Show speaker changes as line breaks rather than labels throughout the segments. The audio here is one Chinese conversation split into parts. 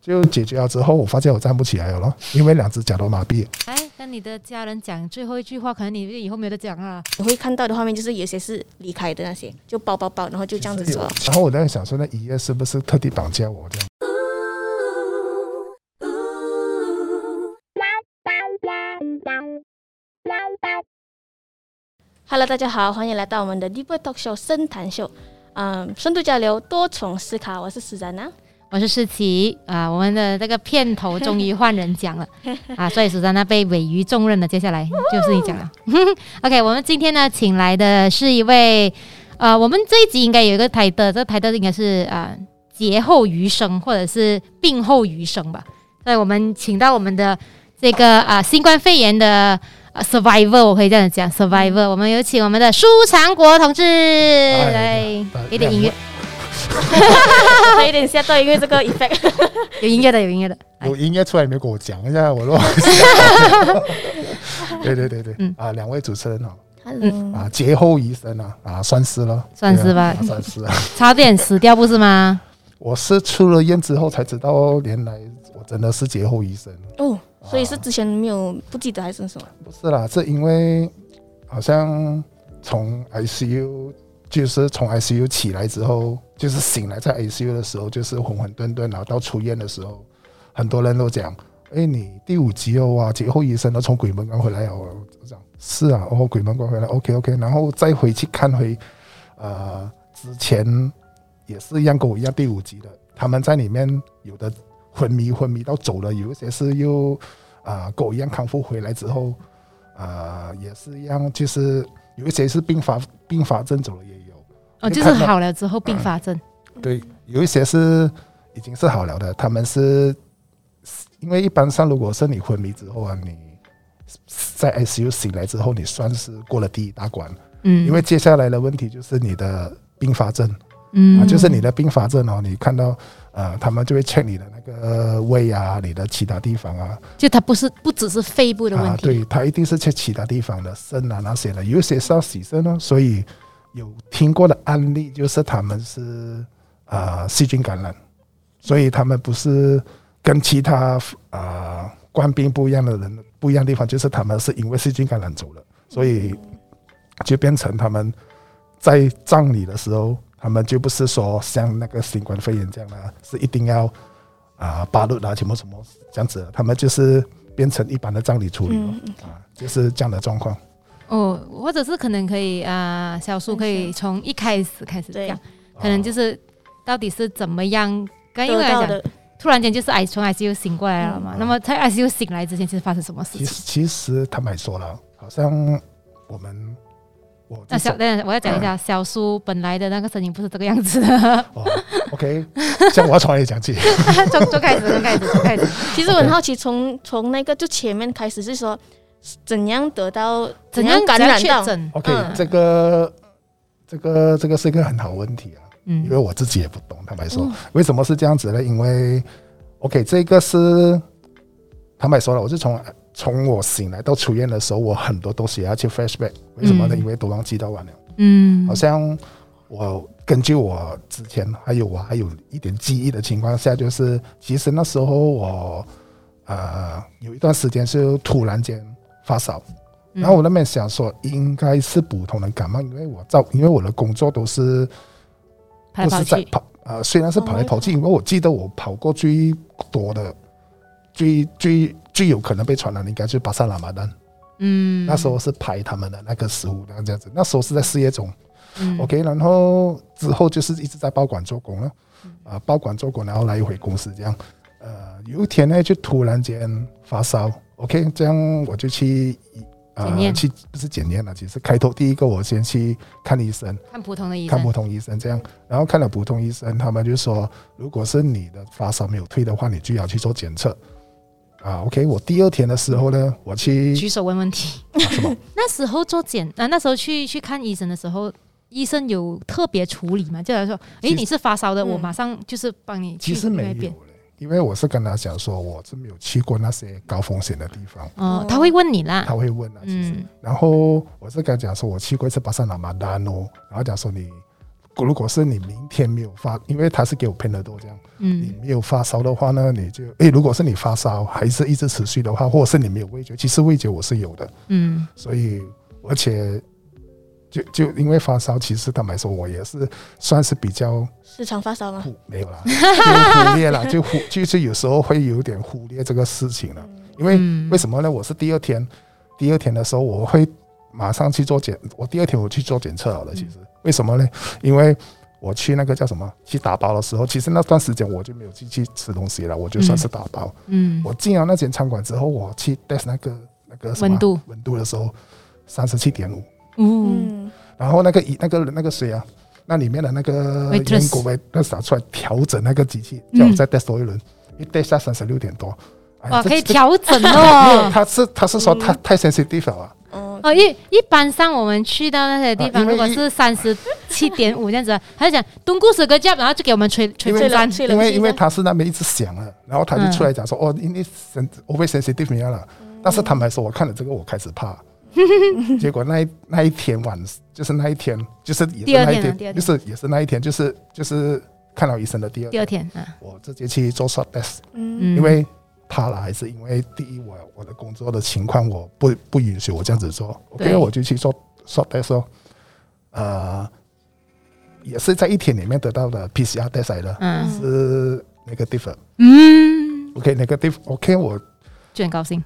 就解决了之后，我发现我站不起来了咯，因为两只脚都麻痹。
哎，跟你的家人讲最后一句话，可能你以后没得讲啊。
我会看到的画面就是有些是离开的那些，就抱抱抱，然后就这样子走。
然后我在想说，那一夜是不是特地绑架我这样？
Hello，大家好，欢迎来到我们的 Deep Talk Show 深谈秀，嗯，深度交流，多重思考，我是史然啊。
我是世奇啊，我们的这个片头终于换人讲了啊，所以苏珊娜被委于重任了，接下来就是你讲了。OK，我们今天呢，请来的是一位呃，我们这一集应该有一个台的，这个台的应该是啊、呃劫后余生或者是病后余生吧。所以我们请到我们的这个啊、新冠肺炎的。呃 survivor，我可以这样讲，survivor。我们有请我们的舒长国同志来
哎
给点音乐，
我有点吓到，因为这个 effect。
有音乐的，有音乐的。来
哎
有音乐出来，你们给我讲一下，我落。 对对对对，
嗯
啊，两位主持人哦，
Hello，
啊，劫后余生啊，啊，算是了，
算是吧
对啊啊算是啊。
差点死掉不是吗？
我是出了院之后才知道，哦原来我真的是劫后余生。
哦，所以是之前没有不记得还是什么？
不是啦，是因为好像从 ICU 就是从 ICU 起来之后，就是醒来在 ICU 的时候，就是混混沌沌，然后到出院的时候，很多人都讲：“哎，你第五集哦，哇，劫后余生都从鬼门关回来哦。”我讲：“是啊，哦，鬼门关回来，OK OK。”然后再回去看回呃之前也是一样，跟我一样第五集的，他们在里面有的昏迷昏迷到走了，有一些是又。啊、跟我一样康复回来之后，啊，也是一样，就是有一些是并发并发症走了也有，
哦，
你
就是
看到啊
好了之后并发症，
对，有一些是已经是好了的，他们是因为一般上如果是你昏迷之后啊，你在 ICU 醒来之后，你算是过了第一大关，
嗯，
因为接下来的问题就是你的并发症。
嗯
啊，就是你的并发症哦，你看到呃，他们就会 check 你的那个胃啊，你的其他地方啊，
就它不是不只是肺部的问
啊，
题，
对，他一定是去其他地方的肾啊那些的，有一些是要洗肾哦。所以有听过的案例就是他们是啊细菌感染，所以他们不是跟其他啊、呃官兵不一样的人不一样的地方，就是他们是因为细菌感染走了，所以就变成他们在葬礼的时候，他们就不是说像那个新冠肺炎这样啦，是一定要啊八路啊，全部什么这样子的，他们就是变成一般的葬礼处理了、
嗯，嗯
啊，就是这样的状况。
哦，或者是可能可以啊、呃小苏可以从一开始开始
对
讲，，可能就是到底是怎么样。刚因
得
为来
到
讲，
的
突然间就是 I 从 ICU 醒过来了嘛。
嗯
那么在 ICU 醒来之前，是发生什么事
其
情？
实其实坦白说了，好像我们我
那小，
这
等一下我要讲一
嗯
下，小苏本来的那个声音不是这个样子的。
哦，OK，这样我要从哪里讲起？
从从开始，从开始，从开 始。
啊
其实我很好奇，从从那个就前面开始是说怎样得到
怎样
感染
怎样
到
确？诊
OK，、
嗯
这个这个这个是一个很好问题啊，因为
嗯
我自己也不懂。坦白说，为什么是这样子呢？因为 OK，这个是坦白说了，我是从从我醒来到出院的时候，我很多东西要去 flashback。为什么呢？
嗯
因为都忘记到完了。
嗯
好，像我根据我之前还有我还有一点记忆的情况下，就是其实那时候我呃有一段时间是突然间发烧，
嗯
然后我那边想说应该是普通的感冒，因为我照因为我的工作都是
跑
都
来嗯跑
是在
去，
跑呃，虽然是跑来跑去，因为我记得我跑过最多的最最最有可能被传染的应该就是巴塞拉马丹，
嗯，
那时候是排他们的那个食物，然后这样子，那时候是在事业中。
嗯
OK，然后之后就是一直在报馆做工了，啊、报馆做工，然后来回公司这样。呃，有一天呢，就突然间发烧，OK，这样我就去
检
呃
验
去不是检验了，其实开头第一个我先去看医生，
看普通的医
看
生
普，通医生这样，然后看了普通医生，他们就说，如果是你的发烧没有退的话，你就要去做检测。啊，OK，我第二天的时候呢，我去
举手问问题。
啊什么？
那时候做检啊，那时候去去看医生的时候，医生有特别处理吗？就来说，
其
诶，
实
你是发烧的，
嗯
我马上就是帮你
其
去
实
那
没有嘞
边。，
因为我是跟他讲说，我是没有去过那些高风险的地方。
哦，他会问你啦
他。会问啊，其实，
嗯
然后我是跟他讲说，我去过一次巴塞罗那达诺，然后讲说你如果是你明天没有发，因为他是给我喷的多这样，你
嗯
没有发烧的话呢，你就诶，如果是你发烧还是一直持续的话，或者是你没有味觉，其实味觉我是有的，
嗯
所以而且就就因为发烧，其实坦白说，我也是算是比较
时常发烧吗？
忽没有啦， 就忽略了，就忽就是有时候会有点忽略这个事情了，因为
嗯
为什么呢？我是第二天，第二天的时候我会马上去做检，我第二天我去做检测好了。其
嗯
实为什么呢？因为我去那个叫什么去打包的时候，其实那段时间我就没有进去吃东西了，我就算是打包。
嗯
我进了那间餐馆之后，我去 test 那个那个什么
温度
温度的时候，三十七点五，
嗯
嗯，
然后那个一那个那个谁啊，那里面的那个
Waitress 嗯
英国 w a i t 拿出来调整那个机器，叫我再 test 多一轮，一 test 下三十六点多。哎
哇，
这
可以
这
调 整
没有，
哦。
他是他是说他太 sensitive 了啊，
哦，
哦，一一般上我们去到那些地
啊
方，
因为
如果是三十七点五这 样子，他就讲东姑十个 job，然后就给我们吹吹
因为
风扇。
吹
因
冷
为
气
因为
噻，
他是那边一直响了，然后他就出来讲说、
嗯
哦，因为 sen- over sensitive 没有了。但是坦白说，我看了这个我开始怕。 结果那一那一天晚，就是那一天，就是也
第
是
二
那
天
一
啊
天，
第二天
就是也是那一天，就是就是看了医生的第二
第
天，
二天啊，
我直接去做 short test，、
嗯
嗯，
因为怕了，还是因为第一我我的工作的情况我不不允许我这样子做
对
，OK，我就去做 short test 哦，呃，也是在一天里面得到的 PCR test 来的，
嗯
是 negative。
嗯，
OK negative OK 我
就很高兴。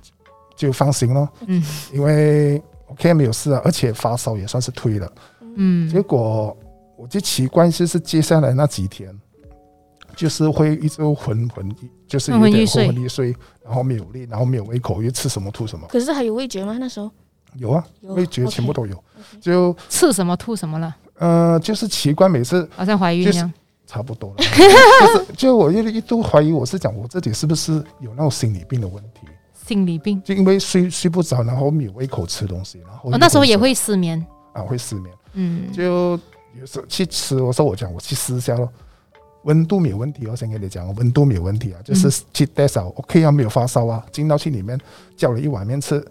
就放心咯，
嗯
因为 OK 没有事啊，而且发烧也算是退了。
嗯
结果我就奇怪，就是接下来那几天，就是会一直浑浑，就是有点
昏
昏
昏
昏欲睡，然后没有力，然后没有胃口，又吃什么吐什么。
可是还有味觉吗？那时候
有啊，
有
味觉
OK
全部都有，就
吃什么吐什么了，
呃，就是奇怪，每次
好像怀孕一样。
差不多了，就是就我一一度怀疑，我是讲我自己是不是有那种心理病的问题。
心理病。哦
就因为睡睡不着，然后没有胃口吃东西，然后
我那时候也
又
会失眠。
啊会失眠，
嗯，
就有时候去吃，我说我讲我去试一下咯，温度没有问题哦，先跟你讲，温度没有问题啊，就是
嗯
去 test 啊 OK 啊，没有发烧啊，进到去里面叫了一碗面吃，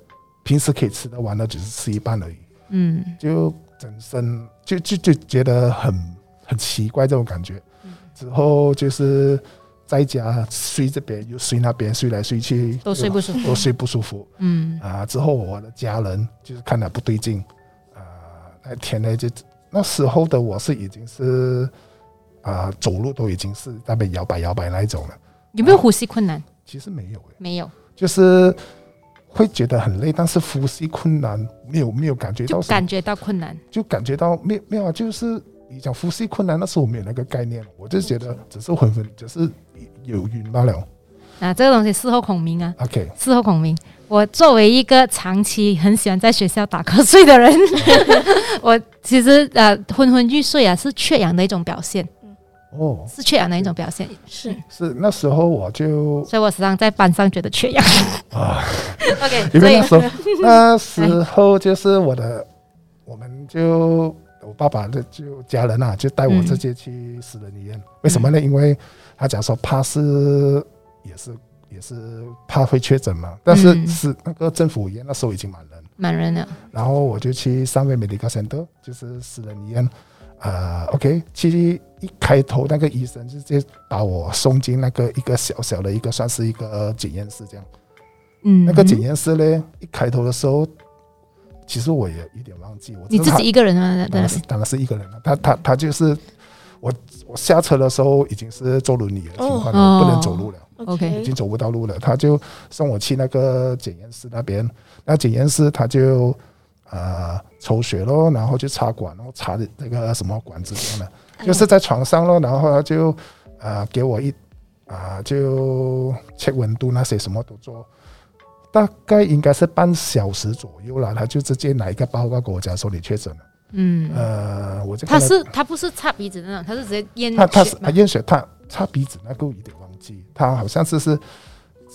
平时可以吃的完了，只是吃一半而已，
嗯
就整身就就就觉得很很奇怪这种感觉，
嗯
之后就是在家睡这边又睡那边，睡来睡去
都睡不舒服
都睡不舒服。
嗯
啊，之后我的家人就是看了不对劲，啊，那天呢就那时候的我是已经是啊走路都已经是那边摇摆摇摆那一种了，
有没有呼吸困难？
其实没有诶，
没有，
就是会觉得很累，但是呼吸困难，没有没有感觉
就
到什么
感觉到困难。
就感觉到没有没有啊，就是你讲呼吸困难，那时候我没有那个概念，我就觉得只是混混，只是有晕罢了。
啊，这个东西事后孔明啊，
OK，
事后孔明。我作为一个长期很喜欢在学校打瞌睡的人， 我其实呃昏昏欲睡啊是缺氧的一种表现，
哦，
是缺氧的一种表现，
是
是那时候我就
所以我时常在班上觉得缺氧。OK，
因
所
为
以
那时候那时候就是我的，我们就我爸爸的就家人啊，就带我直接去私人医院。为什么呢？因为他讲说怕是也是也是怕会确诊嘛，但是
嗯
是那个政府医院那时候已经满人，
满人了，
然后我就去三位 medical center，就是私人医院。呃，OK，去一开头那个医生就直接把我送进那个一个小小的一个算是一个呃检验室这样。
嗯，
那个检验室呢，一开头的时候，其实我也有点忘记，我
你
知
自
道
己一个人吗？在
他当
那
然
边
是当然是一个人了，他他他就是我我下车的时候已经是坐轮椅的情况了，
哦
我不能走路了，已
OK
经走不到路了，他就送我去那个检验室那边，那检验室他就呃抽血咯，然后就插管，然后插的那个什么管子这样的，就是在床上咯，然后他就呃给我一啊、就 check 温度那些什么都做，大概应该是半小时左右了，他就直接拿一个报告给我讲说你确诊了，
嗯，
呃，我就
他
看到
是他不是擦鼻子的那种，他是直接咽
他他
血
是
嘛
啊验血，他擦鼻子那个我有点忘记，他好像是是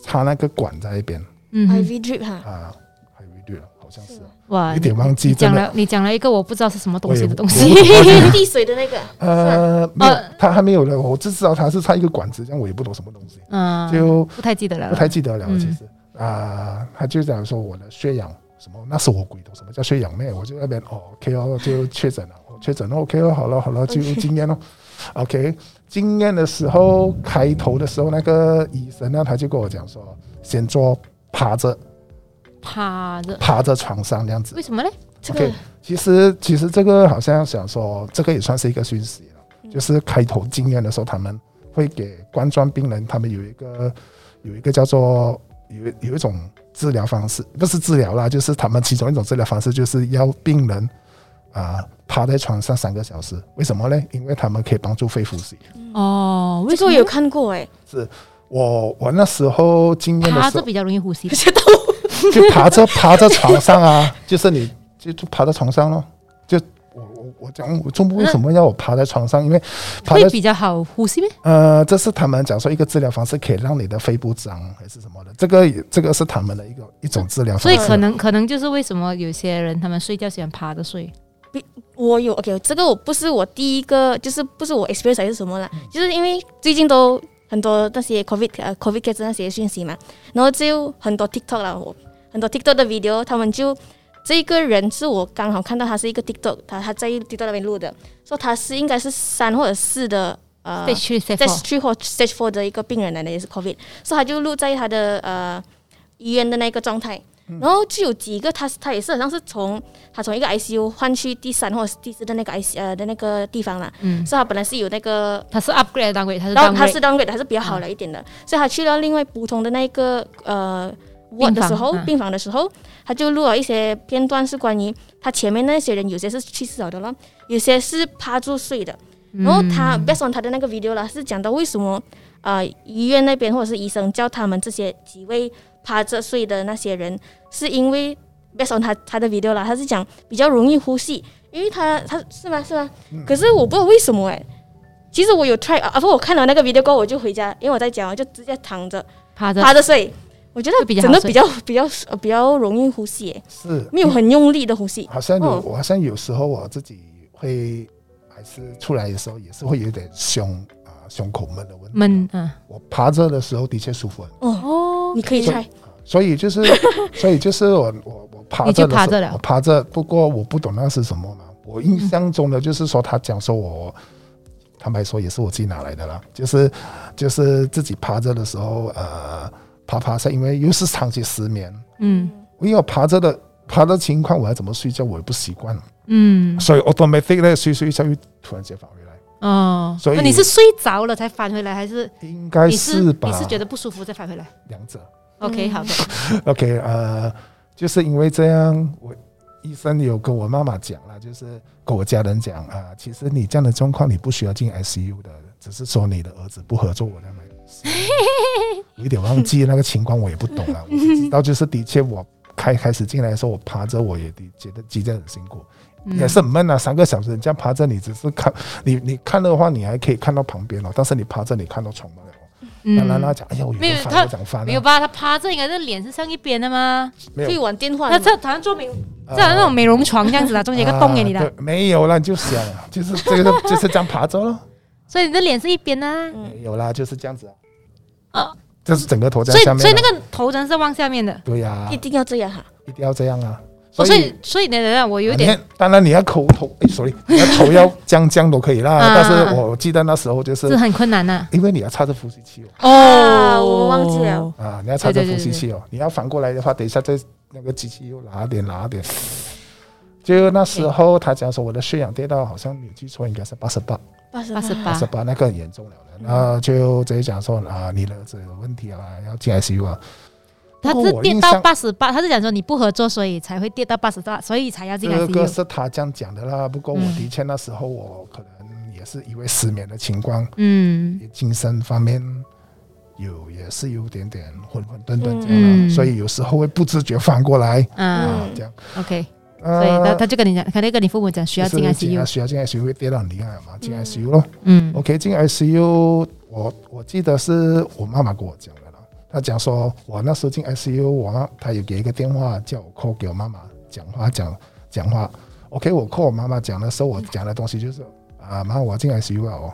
插那个管在那边
嗯哼
IV drip 哈，
啊，还有一对了，好像是啊
哇，
有点忘记
你讲
真的哎
了，你讲了一个我不知道是什么东西的东
我
西
也。我也
滴水的那个，
呃，没有
呃，
他还没有了，我只知道他是插一个管子，这样我也不懂什么东西，
嗯，
就
不太记得了。
不太记得了，
嗯
其实啊，他就讲说我的血氧什么那是我鬼懂什么叫血氧妹，我就那边哦 OK 哦就确诊了，我确诊了 OK 哦好了好了就经验咯 OK 经验的时候开头的时候那个医生呢他就跟我讲说先做趴着
趴着，
趴着床上这样子
为什么嘞？
这个
OK 其实其实这个好像想说这个也算是一个讯息了，
嗯
就是开头经验的时候他们会给冠状病人他们有一个有一个叫做有有一种治疗方式，不是治疗啦，就是他们其中一种治疗方式就是要病人啊、趴在床上三个小时。为什么呢？因为他们可以帮助肺呼吸。
嗯
哦，为
这
什
个
么
我有看过哎、
我我那时候经验的
趴
时
着
候，
比较容易呼吸
不？知道
就爬着爬着床上啊， 就是你就就爬在床上咯，就。我我我讲，我中部为什么要我趴在床上？因为 趴在
会比较好 呼吸咩？
呃，这是他们讲说一个治疗方式可以让你的肺不脏还是什么的，这个也这个是他们的一个一种治疗方式。
所以可能可能就是为什么有些人他们睡觉喜欢趴着睡，
我有 OK，这个我不是我第一个，就是不是我 experience 还是什么啦，就是因为最近都很多那些 COVID 呃 COVID case 那些讯息嘛，然后就很多 TikTok 啦，我很多 TikTok 的 video，他们就这个人是我刚好看到他是一个 TikTok，他他在 TikTok 那边录的，说他是应该是三或者四的呃
再去再
在
放
stage three 或 stage four 的一个病人来的，也是 COVID，所以他就录在他的呃医院的那个状态。
嗯
然后就有几个他，他也是好像是从他从一个 ICU 换去第三或者是第四的那个 IC 呃的那个地方啦，
嗯，
所以他本来是有那个，
他是 upgrade 的单位，他是嗯
然
单
后
位，
他是 downgrade 还是比较好了一点的，所以他去到另外普通的那个呃 ward 的时候
病房，嗯
病房的时候，他就录了一些片段，是关于他前面那些人，有些是去世了的咯，有些是趴住睡的，
嗯
然后他 based on 他的那个 video 啦，是讲到为什么啊、呃医院那边或者是医生叫他们这些几位趴着睡的那些人，是因为 based on 他他的 video 啦，他是讲比较容易呼吸，因为他他是吗是吗？
嗯
可是我不知道为什么哎、其实我有 try 啊，啊不，我看了那个 video 过后我就回家，因为我在家我就直接躺着
趴着
趴着睡，我觉
会比
得
较
真
好
的
睡
比较比较呃比较容易呼吸、欸，
是
没有很用力的呼吸。
好像有，
哦
嗯
我好像有时候我自己会还是出来的时候也是会有点胸啊、胸口闷的问题。
闷啊，
我趴着的时候的确舒服很啊多，
哦，
哦
你可以 try，
所以 就是所以就是我我我趴
你
着
就
的时候，
趴着了嗯
我趴着。不过我不懂那是什么嘛。我印象中的就是说他讲说我。坦白说，也是我自己拿来的啦，就是就是自己趴着的时候，呃，趴趴下，因为又是长期失眠，
嗯
因为我趴着的趴的情况，我要怎么睡觉，我也不习惯。
嗯
所以 automatic 呢，睡睡一下又突然间返回来，
哦，
所以
那你是睡着了才返回来，还是
应该
你是
吧？
你是觉得不舒服再返回来
两者
？OK，
嗯
好的，
OK 呃，就是因为这样，我医生有跟我妈妈讲了，就是跟我家人讲啊、其实你这样的状况你不需要进 ICU 的，只是说你的儿子不合作我的买。我有点忘记那个情况，我也不懂了。我只知道就是的确我开开始进来的时候，我趴着我也的觉得脊椎很辛苦。
嗯
也是很闷啊，三个小时你这样趴着，你只是看你你看的话，你还可以看到旁边哦，但是你趴着你看到床不了。
嗯
啦啦啦讲，哎呀，我有
没有
点
他
烦，我讲烦
没有
了，
吧？他趴着，应该是脸是向一边的吗？
没
可以
有，
玩电话
那
吗。
这好像做美，
呃
这好像那种美容床这样子的，中间一个洞给你
啊
的，
对没有啦，你就想，就是这 个就是这样爬着咯，
所以你的脸是一边的啊。
嗯
没有啦，就是这样子啊，
哦，
就是整个头在
所以
下面啊，
所以那个头真的是往下面的。
对呀
一，定要这样哈、
一定要这样啊，
哦，所以所以等等等，我有
啊
点
你看当然你要口头，哎，sorry，你要头要僵僵都可以啦，
啊
但是我记得那时候就是
是很困难啊呐。
因为你要插着呼吸器哦。
啊我忘记了。
啊，你要插着
对对
呼
对
吸器哦，你要反过来的话，等一下再那个机器又拉点拉点。就那时候他讲说我的血氧跌到好像没有记错应该是八十八，
八十
八十
八
八
十，八啊那个很严重了的，那就直接讲说啊你的这有问题啊，要进 ICU 啊。
他
不
是
过我
跌
印
到
象
八十八，他是讲说你不合作，所以才会跌到八十八，所以才要进
这个
ICU。
是他这样讲的啦，不过我的确那时候我可能也是因为失眠的情况，
嗯
精神方面有也是有点点混混沌沌这样啦，
嗯
所以有时候会不自觉翻过来
嗯
啊
啊这样。
，OK，
所
所以他他就跟你讲，肯定跟你父母讲需要进
呃就是进
ICU。
ICU，要进 ICU 会跌到很厉害嘛，进
嗯
ICU 咯。
嗯
OK，进 ICU，我我记得是我妈妈跟我讲的啦，她讲说我那时候进 ICU，我妈她有给一个电话叫我 call 给我妈妈讲话讲讲话。OK，我 call 我妈妈讲的时候，我讲的东西就是啊妈，我要进 ICU 了哦。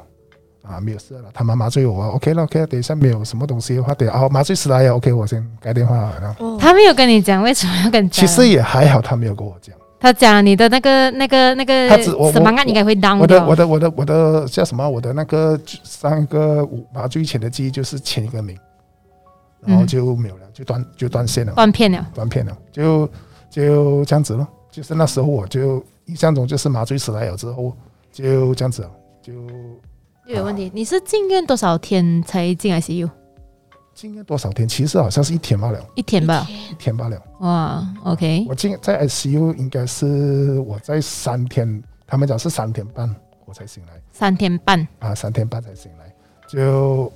啊，没有事了，他们麻醉我，OK 了，OK 了，等一下没有什么东西的话，等一下哦，麻醉死了呀，OK，我先改电话了。然后
哦，
他没有跟你讲为什么要跟你讲，
其实也还好，他没有跟我讲。
他讲你的那个那个那个
他只我我
什么案应该会 down
我的
掉，
我的我的我的叫什么？啊我的那个上一个舞麻醉前的记忆就是签一个名，然后
嗯
就没有了，就断就断线了，
断片了。
断片了，就就这样子了。就是那时候我就印象中就是麻醉死来了之后就这样子了，就
又有问题，你是进院多少天才进 ICU？
今天多少天？其实好像是一天罢了，
一天吧？
一天罢了。
哇，OK，
我进在 ICU 应该是我在三天，他们讲是三天半我才醒来。
三天半，
啊，三天半才醒来，就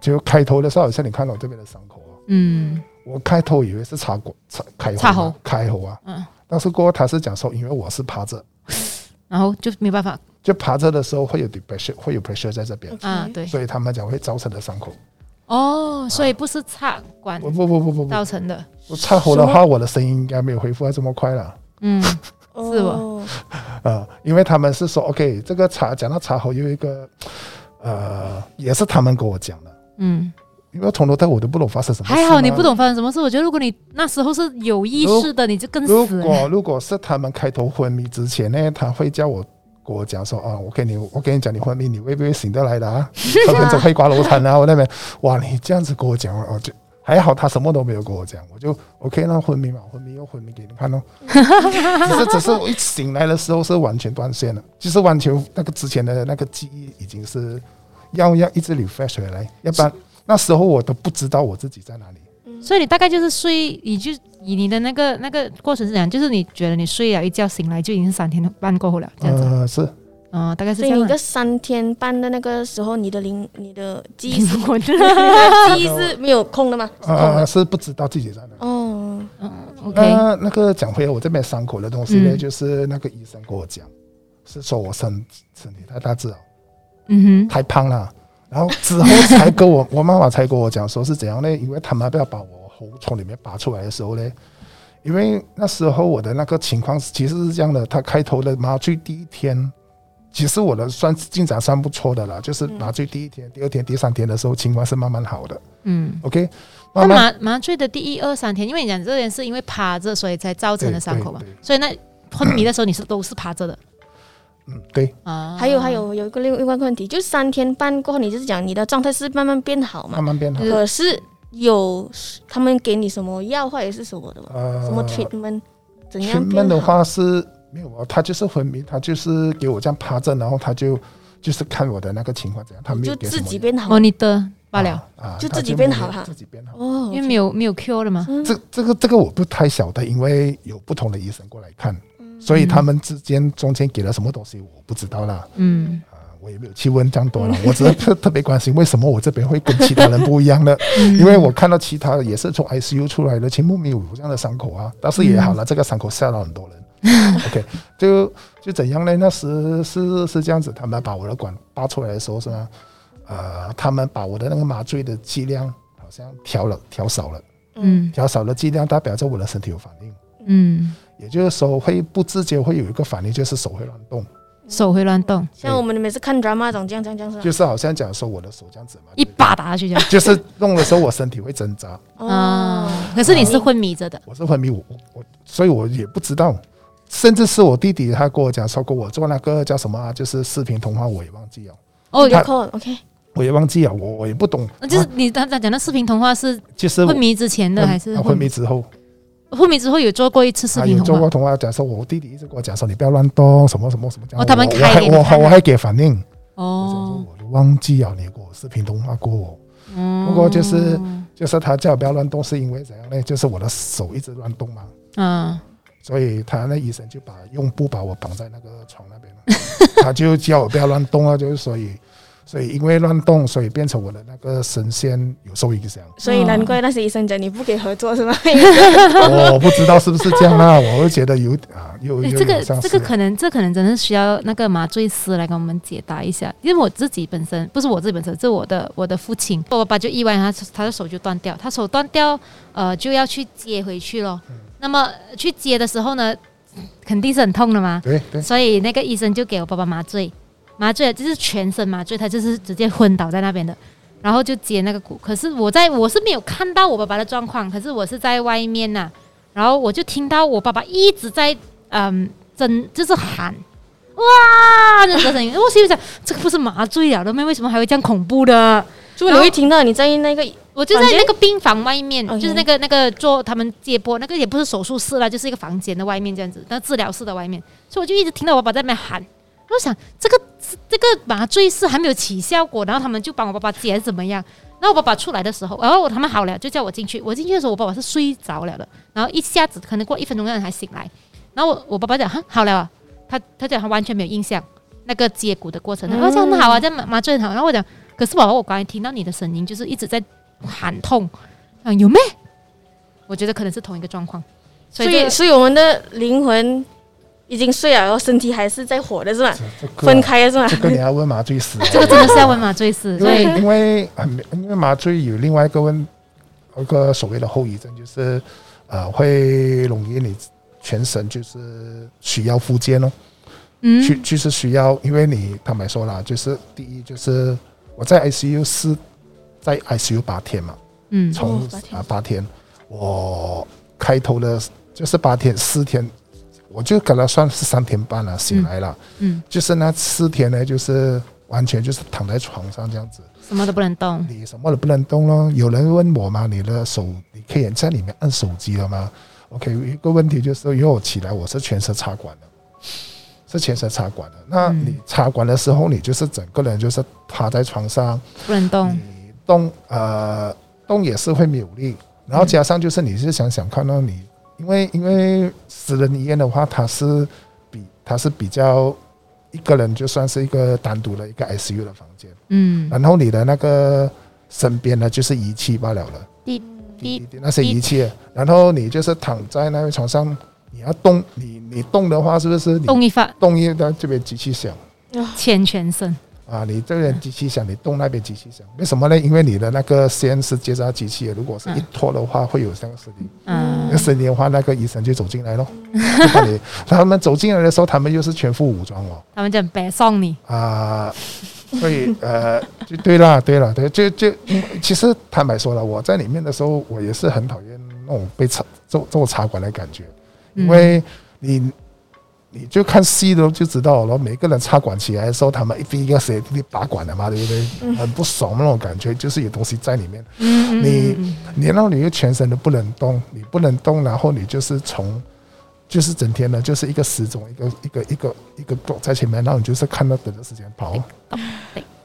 就开头的时候，好像你看到我这边的伤口哦，
嗯
我开头以为是插过插开
插
喉
喉
嘛开喉啊，
嗯，
但是过后他是讲说，因为我是趴着，
然后就没办法
就趴着的时候会有 depression，会有 pressure 在这边，
啊，
OK，
对，
嗯所以他们讲会造成的伤口。
哦，所以不是插管
不不不不不
造
不，
成的，
我插喉的话，我的声音应该没有恢复到这么快了。
嗯
哦
是
呃，因为他们是说，OK，这个查讲到查喉有一个，呃，也是他们跟我讲的，
嗯，
因为从头到尾我都不懂发生什么事嘛。
还好你不懂发生什么事。我觉得如果你那时候是有意识的，你就更
如
嗯死了。
果如果是他们开头昏迷之前呢，他会叫我跟我讲说啊，我跟你我跟你讲，你昏迷，你会不会醒得来的啊？ 他们走黑瓜楼坛啊，我那边哇，你这样子跟我讲，我就还好，他什么都没有跟我讲，我就 OK，那昏迷嘛，昏迷又昏迷给你看哦。只是只是我一醒来的时候是完全断线了，就是完全那个之前的那个记忆已经是要要一直 refresh 回来，要不然那时候我都不知道我自己在哪里。
所以你大概就是睡，你就以你的那个那个过程是怎样？就是你觉得你睡了一觉醒来就已经是三天半过后了，这样子，
呃，是
嗯、大概是
所
这
以
样
你
啊。
这三天半的那个时候，你的灵、你的 记忆是、
灵魂，
记忆是没有空的 吗？是空
呃
的。
是不知道自己在哪里。
哦，
嗯，OK，
那那个讲回我这边伤口的东西呢，
嗯
就是那个医生跟我讲，是说我身身体太大只了，
嗯哼，
太胖了。然后之后才跟我我妈妈才跟我讲说是怎样呢？因为他们要把我喉从里面拔出来的时候呢，因为那时候我的那个情况其实是这样的，他开头的麻醉第一天，其实我的算进展算不错的了，就是麻醉第一天、第二天、第三天的时候情况是慢慢好的。
嗯。
OK，
那
慢慢
麻麻醉的第一二三天，因为你讲这件事，因为趴着，所以才造成的伤口嘛
对对。
所以那昏迷的时候，你是都是趴着的
嗯对。
啊。
还有还，有有一个另另外一个问题，就是三天半过后，你就是讲你的状态是慢慢变好嘛
慢？慢变好。
可是有他们给你什么药或者是什么的吗？
呃，
什么 treatment 怎样
全
变
闷的
好？
话是没有啊，他就是昏迷，他就是给我这样趴着，然后他就就是看我的那个情况怎样，他
你
没有
就
给
自
什么
己
药
变好
莫尼的罢了，
啊，
就
他
自己变
没有
好嗯了
自己变好。
哦
因为没有没有 cure 了嘛。
这这个这个我不太晓得，因为有不同的医生过来看，
嗯
所以他们之间中间给了什么东西我不知道啦。
嗯
啊，我也没有去问这样多了，我只是特特别关心为什么我这边会跟其他人不一样呢？因为我看到其他也是从 ICU 出来的，其目没有这样的伤口啊，但是也好了，这个伤口吓到很多人。OK，就就怎样呢？那时是是这样子，他们把我的管拔出来的时候是吗？呃，他们把我的那个麻醉的剂量好像调了，调少了，
嗯
调少了剂量，代表着我的身体有反应，
嗯，
也就是说会不自觉会有一个反应，就是手会乱动，
手会乱动，
像我们每次看 drama 总这样这样这样是吧？
就是好像讲说我的手这样子嘛，
一
对不对
把打下去这样。
就是弄的时候我身体会挣扎，
哦，
啊，可是你是昏迷着的，
我是昏迷，我我我，所以我也不知道，甚至是我弟弟他跟我讲说过，我做那个叫什么、啊，就是视频通话，我也忘记了，
哦，
有 call OK，
我也忘记了，我我也不懂，
那哦就是
啊
你刚才讲的视频通话是
就是
昏迷之前的
昏
还是
啊昏迷？之后，
昏迷之后有做过一次视
他
频
有做
通话
过，通话，讲说我弟弟一直跟我讲说你不要乱动，什么什么什么这样，
哦他们
我我
开
还
给你
我还
看
我
啊
还给反应，我想说
哦，
我都忘记了你给我视频通话过我。不过就是
哦
就是他叫我不要乱动，是因为怎样呢？就是我的手一直乱动嘛，
嗯，
所以他那医生就把用布把我绑在那个床那边了， 他就叫我不要乱动啊，就是所以，所以因为乱动，所以变成我的那个神仙有受影响。
所以难怪那些医生讲你不给合作 是吗？
我不知道是不是这样啦、我会觉得有啊，有
诶
有
哎这个
有像
这
是
个可能这可能真的需要那个麻醉师来给我们解答一下，因为我自己本身不是我自己本身，是我的我的父亲，我爸爸就意外，他他的手就断掉，他手断掉，呃，就要去接回去咯。
嗯
那么去接的时候呢，肯定是很痛的嘛，
对对
所以那个医生就给我爸爸麻醉，麻醉，啊就是全身麻醉，他就是直接昏倒在那边的，然后就接那个骨。可是我在我是没有看到我爸爸的状况，可是我是在外面呐、然后我就听到我爸爸一直在嗯真就是喊。哇，这个声音，我心里想，这个不是麻醉了的吗？为什么还会这样恐怖的？
就你会听到你在那个
我就在
房间
那个病房外面，
OK
就是那个那个做他们接播，那个也不是手术室啦，就是一个房间的外面这样子，那治疗室的外面，所以我就一直听到我爸爸在那边喊。我想这个这个麻醉是还没有起效果，然后他们就帮我爸爸解怎么样。然后我爸爸出来的时候，然后他们好了，就叫我进去。我进去的时候，我爸爸是睡着了的，然后一下子可能过一分钟那人才醒来。然后我我爸爸讲哈好了啊、他他讲他完全没有印象那个接骨的过程，他说这样很好啊，这样麻麻醉很好。然后我讲，可是宝宝，我刚才听到你的声音，就是一直在喊痛，嗯，有没？我觉得可能是同一个状况，所
所
以
以，
这
所以我们的灵魂已经睡了，然后身体还是在活的是吧？
这个
分开的是吧？
这个你要问麻醉师啊，
这个真的是要问麻醉师，
因
所
为
以
因为很因为麻醉有另外一个问一个所谓的后遗症，就是呃会容易你全身就是需要复健哦，去
嗯
就是需要，因为你坦白说啦，就是第一就是我在 ICU 是在 ICU 八天嘛，
嗯
从
哦八天
啊八天，我开头的就是八天四天，我就给他算是三天半了，醒来了，
嗯，
就是那四天呢，就是完全就是躺在床上这样子。
什么都不能动，
你什么都不能动咯。有人问我嘛，你的手你可以在里面按手机了吗？OK，一个问题就是，因为我起来我是全身插管的，是全身插管的。那
嗯
你插管的时候，你就是整个人就是趴在床上，
不能动，
你动呃动也是会没有力，然后加上就是你是想想看到你，因为因为私人医院的话，它是比它是比较一个人就算是一个单独的一个 ICU 的房间。
嗯，
然后你的那个身边呢就是仪器罢了了，
滴
滴
滴
滴滴那些
滴
仪器，然后你就是躺在那个床上，你要动，你你动的话是不是你
动一发，
动一那这边机器响
牵全身，
啊？你这边机器响，你动那边机器响，为什么呢？因为你的那个线是接到机器的，如果是一
嗯
拖的话，会有这个声音，
嗯
那声音的话，那个医生就走进来咯。就把你他们走进来的时候，他们又是全副武装哦。
他们讲白送你，
啊、所以呃，就对啦，对啦，对，就就其实坦白说了，我在里面的时候，我也是很讨厌那种被插做做插管的感觉，
嗯
因为你你就看戏的就知道了，每个人插管起来的时候，他们一第一个谁你拔管的嘛，对不对？很不爽那种感觉，就是有东西在里面，
嗯嗯
你
嗯
你然后你又全身都不能动，你不能动，然后你就是从。就是整天呢，就是一个时钟，一个一个一个一个 block 在前面，然后你就是看到等着时间跑。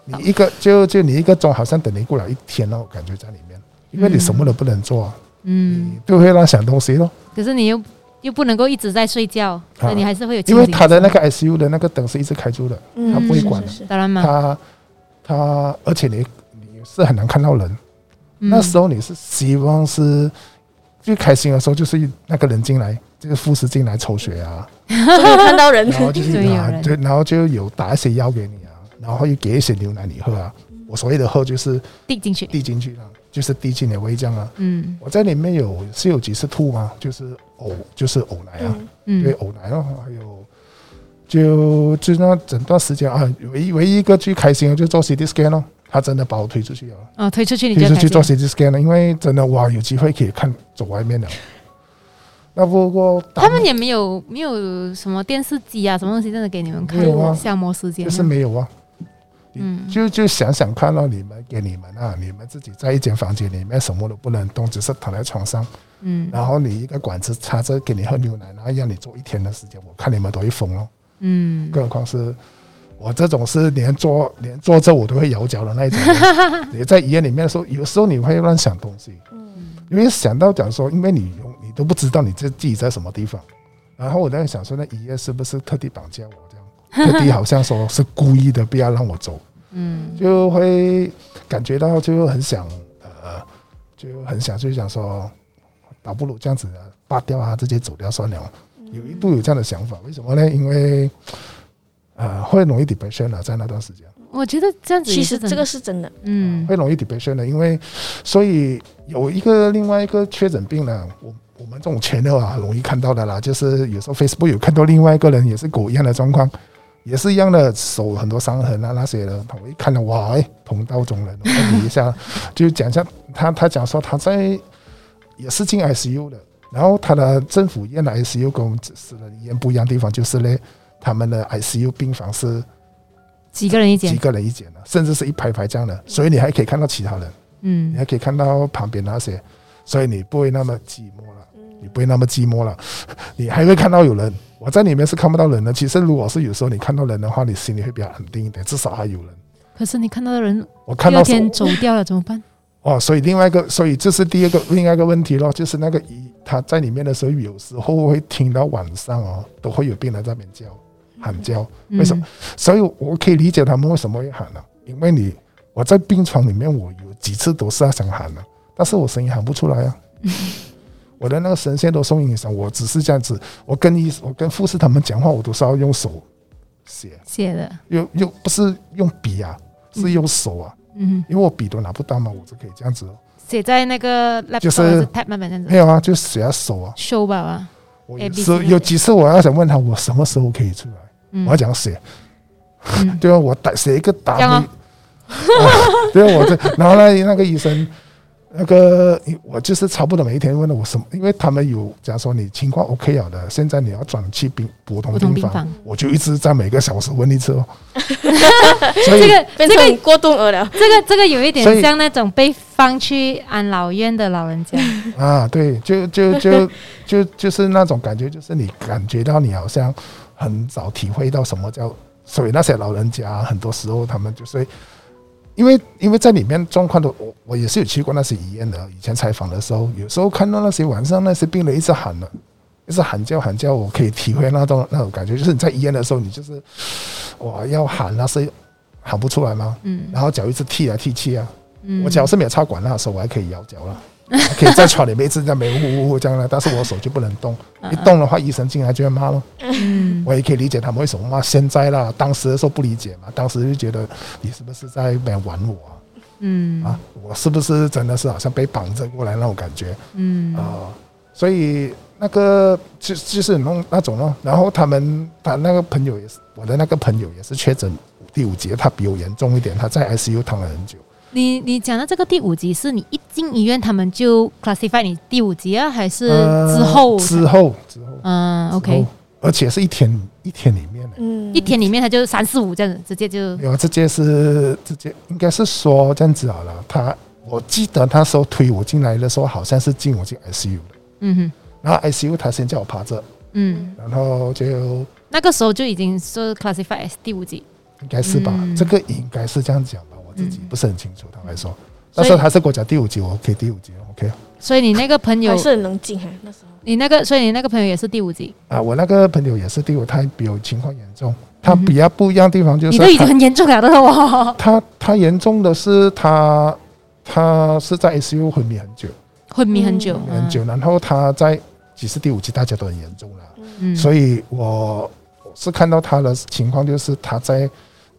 你一个就就你一个钟，好像等你过了一天那种感觉在里面，因为你什么都不能做，
嗯
你就会乱想东西咯。
可是你又又不能够一直在睡觉，所以你还是会有精
因
神
为他的那个 ICU 的那个灯是一直开住的，
嗯
他不会管的
是是是
当然嘛，
他他而且你你是很难看到人。
嗯
那时候你是希望是最开心的时候，就是那个人进来，这个护士进来抽血啊，
终于看到 人，
然后就是
终于有
啊
人
对，然后就有打一些药给你啊，然后又给一些牛奶你喝啊。
嗯
我所谓的喝就是
递进去，
递进去啊，就是递进你的胃这样啊。
嗯
我在里面有是有几次吐吗？就是呕，就是呕奶啊，
嗯，
对，
嗯
呕奶啊，还有就就那整段时间啊，唯一唯一一个最开心的就是做 CT scan 咯，他真的把我推出去了，啊
哦，推出去你
推
就
出
开
去做
心，
CT scan 啊了，因为真的哇，有机会可以看走外面了。那不过
他们也没有没有什么电视机啊，什么东西真的给你们看
没有啊
消磨时间
就
啊，
是没有啊。
嗯
就就想想看到你们给你们啊，你们自己在一间房间里面什么都不能动，只是躺在床上，
嗯
然后你一个管子插着给你喝牛奶，然后让你做一天的时间，我看你们都会疯咯。
嗯
更何况是我这种是连坐连坐着我都会摇脚的那一种。你在医院里面的时候，有时候你会乱想东西，因为想到讲说，因为你用你都不知道你这自己在什么地方。然后我在想说，那医院是不是特地绑架我这样？特地好像说是故意的，不要让我走，
嗯
就会感觉到就很想呃，就很想就想说，啊倒不如这样子拔掉啊，直接走掉算了。有一度有这样的想法，为什么呢？因为呃，会容易 depression 啊，在那段时间，
我觉得这样子也
其
是
实
真
这
的
个是真的，
嗯
会容易 depression 的，因为所以有一个另外一个确诊病呢，我我们这种 channel 啊，很容易看到的啦，就是有时候 Facebook 有看到另外一个人也是狗一样的状况，也是一样的，手很多伤痕啊那些的。我一看到哇，哎，同道中人，我问你一下，就讲一下他他讲说他在呃也是进 ICU 的，然后他的政府医院的 ICU 跟我们私人医院不一样的地方就是嘞，他们的 ICU 病房是
几个人一
几
间，
个人一间的，甚至是一排排这样的，所以你还可以看到其他人，
嗯
你还可以看到旁边那些，所以你不会那么寂寞了。
嗯
你不会那么寂寞了， 你还会看到有人。我在里面是看不到人的。其实如果是有时候你看到人的话，你心里会比较安定一点，至少还有人。
可是你看到的人
我看
第
到
二
是
天走掉了怎么办？
哦，所以另外一个，所以这是第二个另外一个问题咯，就是那个一他在里面的时候，有时候会听到晚上哦，都会有病人在那边叫喊叫，
嗯
为什么？所以我可以理解他们为什么会喊了、因为你我在病床里面，我有几次都是要想喊的、但是我声音喊不出来 啊。我的那个声线都受影响，我只是这样子。我跟医，我跟护士他们讲话，我都是要用手写，
写的？
又又不是用笔啊，是用手啊，
嗯，
因为我笔都拿不到嘛，我就可以这样子哦。
写在那个 laptop
就是
还 tab 慢慢这样
没
子
有啊，就写下手啊。
show 吧吧，
我
A
有
B C
时候有几次我要想问他，我什么时候可以出来？
嗯
我要讲写，
嗯
对啊，我打写一个打
这 样哦
你，啊对啊，我这然后呢，那个医生，那个我就是差不多每一天问了我什么，因为他们有讲说你情况 OK 了的，现在你要转去病普通
普通
病
病
房，
房，
我就一直在每个小时问一 次哦。所
这
以
个这
变
个
成过冬鹅了。
这个这个有一
所
点
以
像那种被放去安老院的老人家，
啊，对，就就就就就是那种感觉，就是你感觉到你好像很早体会到什么叫，所以那些老人家很多时候他们就是会，因为因为在里面状况的，我我也是有去过那些医院的，以前采访的时候，有时候看到那些晚上那些病人一直喊的，一直喊叫喊叫，我可以体会那种那种感觉，就是你在医院的时候，你就是哇要喊那是喊不出来吗？
嗯
然后脚一直踢来踢去啊，
嗯，
我脚是没有插管那时候我还可以摇脚了，还可以在床里面一直在那边呼呼呼这样的，但是我手就不能动，一动的话医生进来就会骂咯。
嗯
我也可以理解他们为什么骂现在啦，当时的时候不理解嘛，当时就觉得你是不是在那边玩我啊？
嗯
啊，我是不是真的是好像被绑着过来那种感觉啊、
嗯
所以那个就就是弄那种咯，然后他们他那个朋友也是，我的那个朋友也是确诊第五节，他比我严重一点，他在 ICU 躺了很久。
你你讲到这个第五集，是你一进医院他们就 classify 你第五集啊，还是
呃
之后？
之后之后
嗯
然
，OK，
后而且是一天一天里面的，
嗯，
一天里面他就三四五这样子，直接就
没有直接是直接应该是说这样子好了。他我记得那时候推我进来的时候，好像是进我进 ICU 的，
嗯哼
然后 ICU 他先叫我趴着，
嗯，
然后就应
那个时候就已经是 classify as 第五集，
该是吧，
嗯
这个应该是这样讲吧，我自己
嗯
不是很清楚，坦白说。
所
那
以
时候他是跟我讲第五集，我 OK 第五集，OK
所以你那个朋友
还，是很冷静哈，啊那时候。
你那个，所以你那个朋友也是第五集，
啊。我那个朋友也是第五，他比我情况严重，他
嗯哼
比较不一样的地方就
你
是
都已
他
经很严重了的哦，
他他严重的是他他是在 ICU 昏迷很久。
昏迷很久，
嗯很久，然后他在其实第五期大家都很严重了，
嗯，
所以我我是看到他的情况就是他在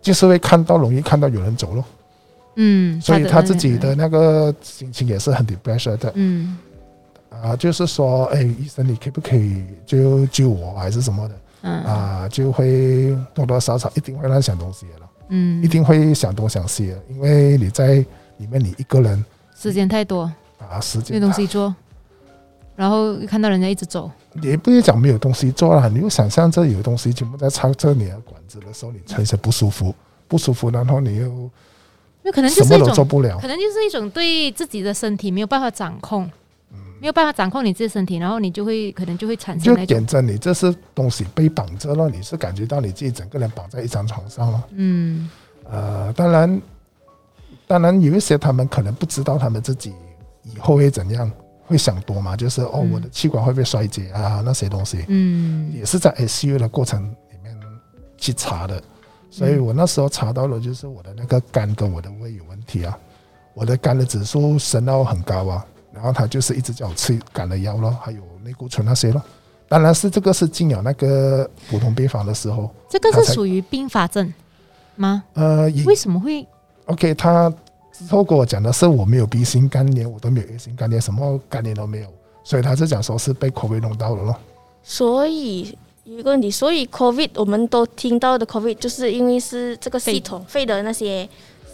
就是会看到容易看到有人走咯，
嗯，
所以他自己的那个心情也是很 depressed 的
嗯
啊，就是说哎医生你可不可以就救我还是什么的
嗯
啊，就会多多少少一定会乱想东西的了，
嗯，
一定会想东想西的，因为你在里面你一个人
时间太多，
啊时
没
间
东西做，然后看到人家一直走，
也不是讲没有东西做啦，你就想象这有东西全部在插着你的管子的时候，你全身不舒服，不舒服，然后你又
那可能就
什
是
么
一
都做
种，
不了
可，能就是一种对自己的身体没有办法掌控，没有办法掌控你自己的身体，然后你就会可能就会产生
嗯就
那种，
点着你这是东西被绑着了，你是感觉到你自己整个人绑在一张床上了。
嗯
呃，当然，当然有一些他们可能不知道他们自己以后会怎样，会想多嘛，就是哦
嗯，
我的气管会不会衰竭啊那些东西。
嗯
也是在 SU 的过程里面去查的，所以我那时候查到了，就是我的那个肝跟我的胃有问题啊，我的肝的指数升到很高啊，然后他就是一直叫我吃肝的药咯，还有类固醇那些咯。当然是这个是进了那个普通病房的时候，
这个
他
是
才
属于并发症吗？
呃，也
为什么会
OK，他之后跟我讲的是我没有 B 型肝炎，我都没有 A 型肝炎，什么肝炎都没有，所以他是讲说是被口 o 弄到了咯。
所以有一个问题，所以 COVID 我们都听到的 COVID 就是因为是这个系统肺的那些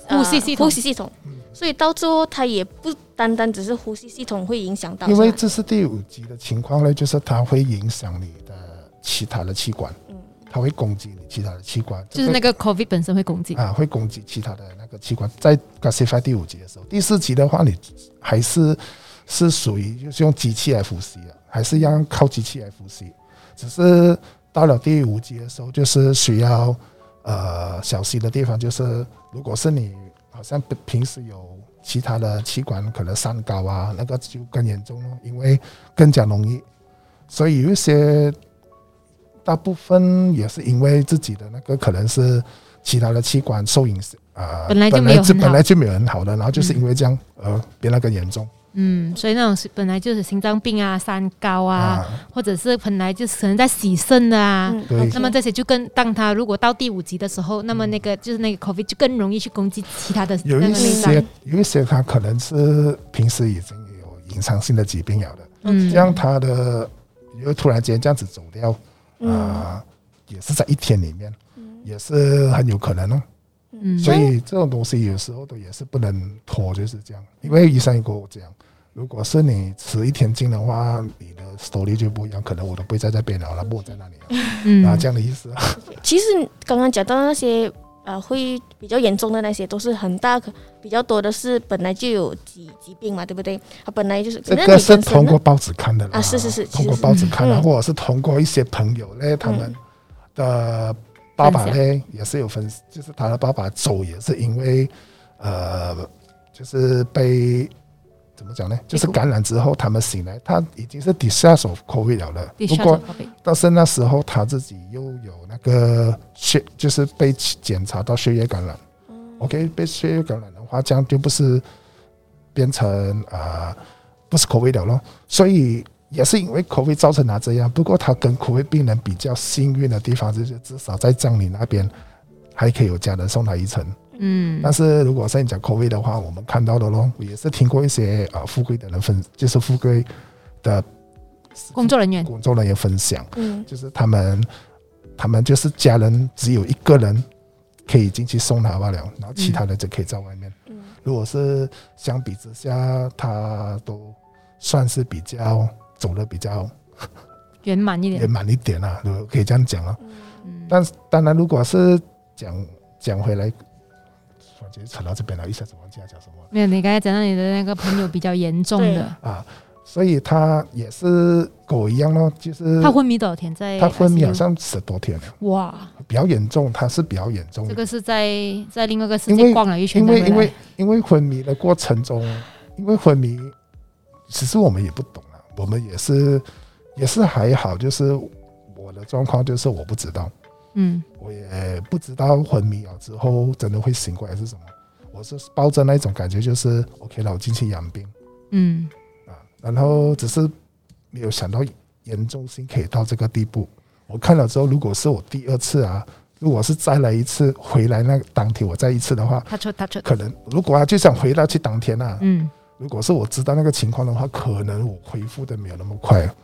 呃
呼吸系统
呼吸系统，所以到最后它也不单单只是呼吸系统会影响到，
因为
是吧
这是第五级的情况呢，就是它会影响你的其他的器官，
嗯
它会攻击你其他的器官，
就是那
个
个 COVID 本身会攻击。
啊，会攻击其他的那个器官。在 classify 第五级的时候，第四级的话，你还是是属于就是用机器来呼吸的，还是要靠机器来呼吸，只是到了第五级的时候，就是需要呃小心的地方，就是如果是你好像不平时有其他的器官可能三高啊，那个就更严重了，因为更加容易。所以有一些大部分也是因为自己的那个可能是其他的器官受影响啊、呃
本来就
本
没有
来就
很好
本来就没有很好的，然后就是因为这样、呃变得更严重
嗯，所以那种是本来就是心脏病啊、三高啊，或者是本来就是可能在洗肾的啊。
嗯
对
OK
那么这些就更当他如果到第五级的时候，那么那个就是那个 COVID 就更容易去攻击其他的
嗯有
那
一
个心
明
脏
些
白
啊有一些他可能是平时已经有隐藏性的疾病了的，
嗯
这样他的又突然间这样子走掉啊、
嗯
呃也是在一天里面，
嗯
也是很有可能哦。
嗯，
所以这种东西有时候都也是不能拖，就是这样。因为医生也跟我讲，如果是你迟一天进的话，你的 story 就不一样，可能我都不会在这边了，那不我在那里了，
嗯
啊，这样的意思啊。
其实刚刚讲到那些呃会比较严重的那些，都是很大可比较多的是本来就有疾疾病嘛，对不对？它本来就是
这
可能
个
你
是
本身
通
呢
过报纸看的啦
啊是是是
通过报纸看的，
嗯
或者是通过一些朋友嘞，他们的爸爸嘞也是有分，就是他的爸爸走也是因为呃，就是被怎么讲呢？就是感染之后，他们醒来，他已经是 discharge of COVID 了的，
第
不
十
过
二种 COVID
但是那时候他自己又有那个血，就是被检查到血液感染。OK，被血液感染的话，这样就不是变成啊、呃不是 COVID 了咯。所以也是因为 COVID 造成他这样。不过他跟 COVID 病人比较幸运的地方，就是至少在葬礼那边还可以有家人送他一程。
嗯
但是如果是你讲 COVID 的话，我们看到的咯，我也是听过一些啊、呃富贵的人分，就是富贵的
工作人员
工作人员分享。
嗯
就是他们，他们就是家人只有一个人可以进去送他罢了，然后其他人就可以在外面。
嗯
如果是相比之下，他都算是比较走的比较
圆满一
圆
点，
满一点啦、如果可以这样讲啊。
嗯
嗯
但当然，如果是讲讲回来，我觉得扯到这边了，一下子忘记要讲什么了
没有，你刚才讲到你的那个朋友比较严重的，
啊。所以他也是跟我一样咯，就是
他昏迷多少天在？
他昏迷好啊像十多天了，
哇，
比较严重，他是比较严重的
这。个是在在另外一个世
因
界
为
逛了一圈
因
才回
为
来，
因为因为昏迷的过程中，因为昏迷，其实我们也不懂啊，我们也是也是还好，就是我的状况就是我不知道，
嗯
我也不知道昏迷了之后真的会醒过来是什么，我是抱着那种感觉，就是 OK 了，我进去养病
嗯
啊，然后只是没有想到严重性可以到这个地步。我看了之后，如果是我第二次啊，如果是再来一次，回来那当天我再一次的话，
他 o 他 c
可能如果啊，就想回到去当天啊，
嗯，
如果是我知道那个情况的话，可能我恢复的没有那么快。啊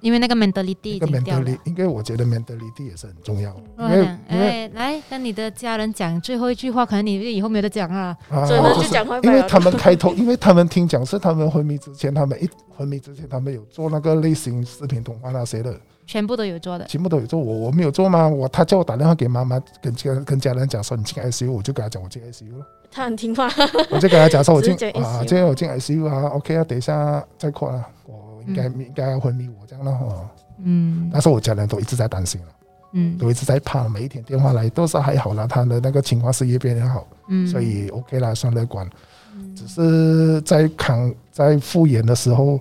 因为那个 mentality 已
那个
经掉了
mentality，。因为我觉得 mentality 也是很重要，
我
因为
讲，
因为
哎，来跟你的家人讲最后一句话，可能你以后没有得讲啊。
啊，
所以呢，
就
就是讲回
因
来
为
了。
他们开头，因 为他们听讲是他们昏迷之前，他们一昏迷之前，他们有做那个类型视频通话那些的，
全部都有做的，
全部都有做。我我没有做吗？我他叫我打电话给妈妈，跟家跟家人讲说你进 ICU，我就跟他讲我进 ICU 了。
他很听话，
我就跟他讲说，我进
直接 ICU
啊，今天我进 ICU 啊，OK 啊，等一下再扩啊，我应该、应该要昏迷我这样了哦。
嗯
但是我家人都一直在担心了，啊
嗯
都一直在怕，每一天电话来都是还好啦，他的那个情况是越变越好，
嗯，
所以 OK 啦，算乐观。只是在康在复原的时候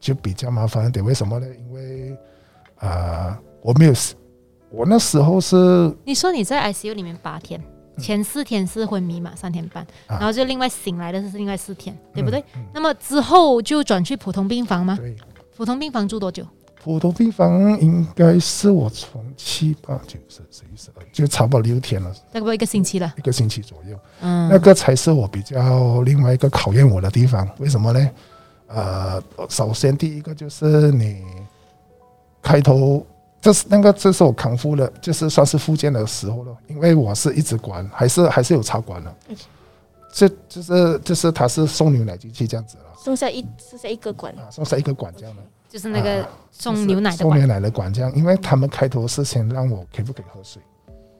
就比较麻烦一点，为什么呢？因为啊、呃我没有，我那时候是
你说你在 ICU 里面八天，前四天是昏迷嘛，三天半，
嗯啊嗯
然后就另外醒来的是另外四天，对不对？那么之后就转去普通病房吗？
对
普通病房住多久？
普通病房应该是我从七八九十十一十二，就差不多六天了，
大概一个星期了。
一个星期左右。
嗯，
那个才是我比较另外一个考验我的地方。为什么呢？呃，首先第一个就是你开头这是那个，这是我康复了，就是算是复健的时候了，因为我是一直管，还是还是有插管的，这就是就是他是送牛奶进去这样子了，
剩下一剩下一个 管，
啊，送上一个管这样的，
就是那个
啊
送牛奶的
送
管，
牛奶的管这样，因为他们开头是先让我可不可以喝水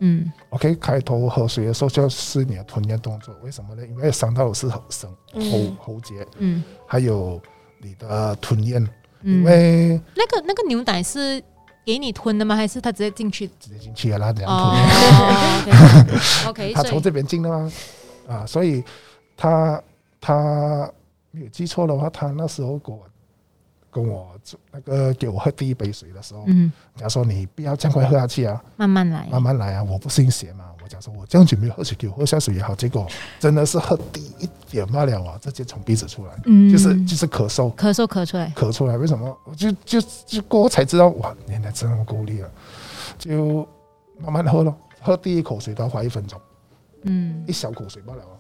嗯
，OK，开头喝水的时候就是你的吞咽动作，为什么呢？因为伤到的是喉声喉
嗯
喉结，
嗯
还有你的吞咽，因
嗯。
为
那个那个牛奶是给你吞的吗？还是它直接进去？
直接进去了啦，怎样吞
哦
咽？
，OK，
他
所
从
以
这边进的吗？啊，所以他他没有记错的话，他那时候跟我跟我做那个给我喝第一杯水的时候，
嗯，
他说你不要这样快喝下去啊，
慢慢来，
慢慢来啊，我不信邪嘛。我讲说我这样久没有喝水，给我喝下水也好。结果真的是喝第一点罢了啊，直接从鼻子出来，
嗯，
就是就是咳嗽。
咳嗽咳出来，
咳出来，为什么？我就就就过后才知道，哇，原来真的够力了，就慢慢喝咯，喝第一口水都要花一分钟。
嗯
一小口水罢了哦。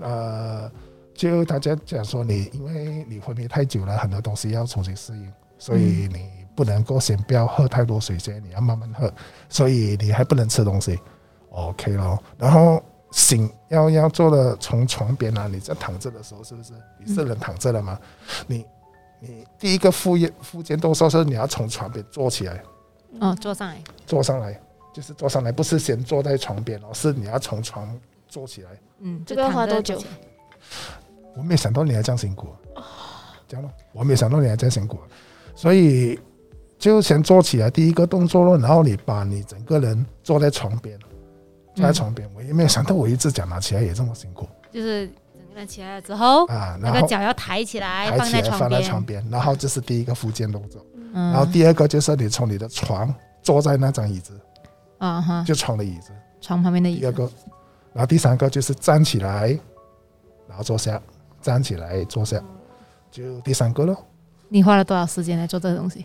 呃，就大家讲说你，因为你昏迷太久了，很多东西要重新适应，所以你不能够先不要喝太多水先，你要慢慢喝，所以你还不能吃东西，OK 咯。然后醒要要做的，从床边啊，你在躺着的时候是不是？你是人躺着了吗？你你第一个复健复健动作是你要从床边坐起来，
哦，坐上来，
坐上来，就是坐上来，不是先坐在床边哦，是你要从床坐起来。
嗯，
这个要
就躺
花
着
多久
坐起来？
我没想到你还这样辛苦，这样咯，我没想到你还这样辛苦，所以就先做起来第一个动作咯，然后你把你整个人坐在床边，坐在床
嗯
边，我也没有想到我一只脚拿起来也这么辛苦
就是整个人起来了之后，
啊，
那
然
个
后
脚要抬起来，
抬
放
起
在
来
床
放在
边，
床边，然后这是第一个复健动作，
嗯，
然后第二个就是你从你的床坐在那张椅子，
啊哈，
就床的椅子，
床旁边的椅
第二
子，
个，然后第三个就是站起来，然后坐下，站起来坐下，就第三个咯，
你花了多少时间来做这个东西？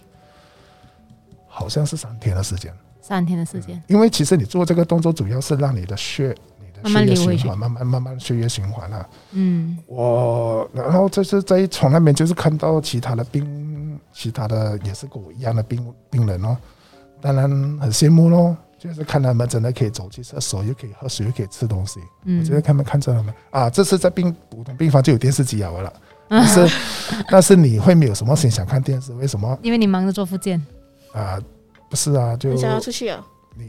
好像是三天的时间。
三天的时间，
因为其实你做这个动作，主要是让你的血、你的
慢慢
血液
流回
循
去
环，慢慢慢慢血液循环啊。
嗯
我然后就是在从那边就是看到其他的病，其他的也是跟我一样的病病人哦，当然很羡慕咯，就是看他们真的可以走去厕所，又可以喝水，又可以吃东西。我
嗯
觉得他们看着他们啊，这次在病普通病房就有电视机啊，我了。但是，但是你会没有什么心想看电视？为什么
因为你忙着做复健，
啊？不是啊，就
你想要出去啊？
你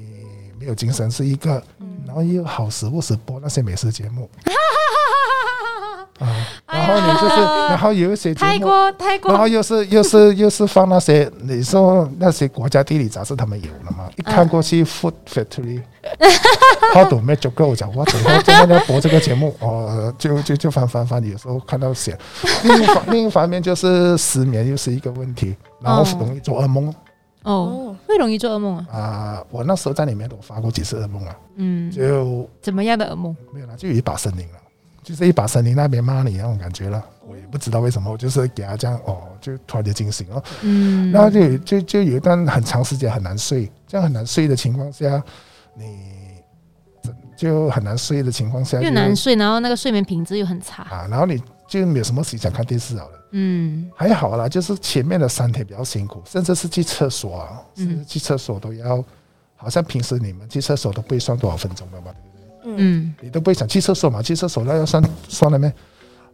没有精神是一个，
嗯
然后又好时不时播那些美食节目啊，
哎
然后你就是，然后有一些节
泰
目，
国泰
然后
国，
又是又是又是放那些你说那些国家地理杂志他们有了嘛？
嗯
一看过去 Food Factory。好久没 e 过，我讲哇，怎么怎么要播这个节目？哦，就就就翻翻翻，有时候看到 写。另一方另一方面就是失眠又是一个问题，然后
哦
容易做噩梦
哦，
哦，
会容易做噩梦啊，
啊、我那时候在里面都发过几次噩梦啊，
嗯，
就
怎么样的噩梦？
没有啦，就有一把森林了，就是一把森林那边骂你那种感觉了。我也不知道为什么，我就是给他这样哦，就突然就惊醒了，
嗯，
然后就有就就有一段很长时间很难睡，这样很难睡的情况下，你就很难睡的情况下
又难睡，然后那个睡眠品质又很差，
啊，然后你就没有什么时间看电视好了。
嗯
还好啦，就是前面的三天比较辛苦，甚至是去厕所啊，
嗯
甚至去厕所都要，好像平时你们去厕所都不会算多少分钟的嘛，
嗯
嗯
你都不会想去厕所嘛？去厕所那要算算了没？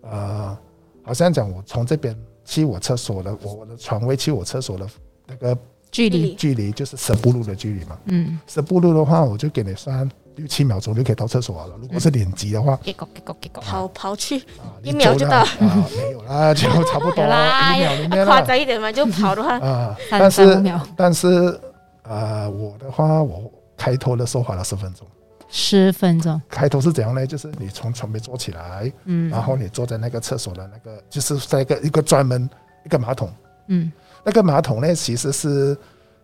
呃，好像讲我从这边去我厕所的，我的床位去我厕所的那个
距
距
离
离，
距离就是十步路的距离嘛。
嗯，
十步路的话，我就给你算六七秒钟就可以到厕所了。如果是脸急的话，
结果结果结果，
跑跑去
啊，
一秒就到
你走了啊，没有啦，就差不多啦， 一秒里面
夸
啦
张一点嘛，就跑的话，
啊。
三
但
三五
是
秒，
但是呃，我的话，我开头的时候花了十分钟。
十分钟，
开头是怎样呢？就是你从床边坐起来，
嗯，
然后你坐在那个厕所的那个，就是在一个一个专门一个马桶，
嗯
那个马桶呢其实是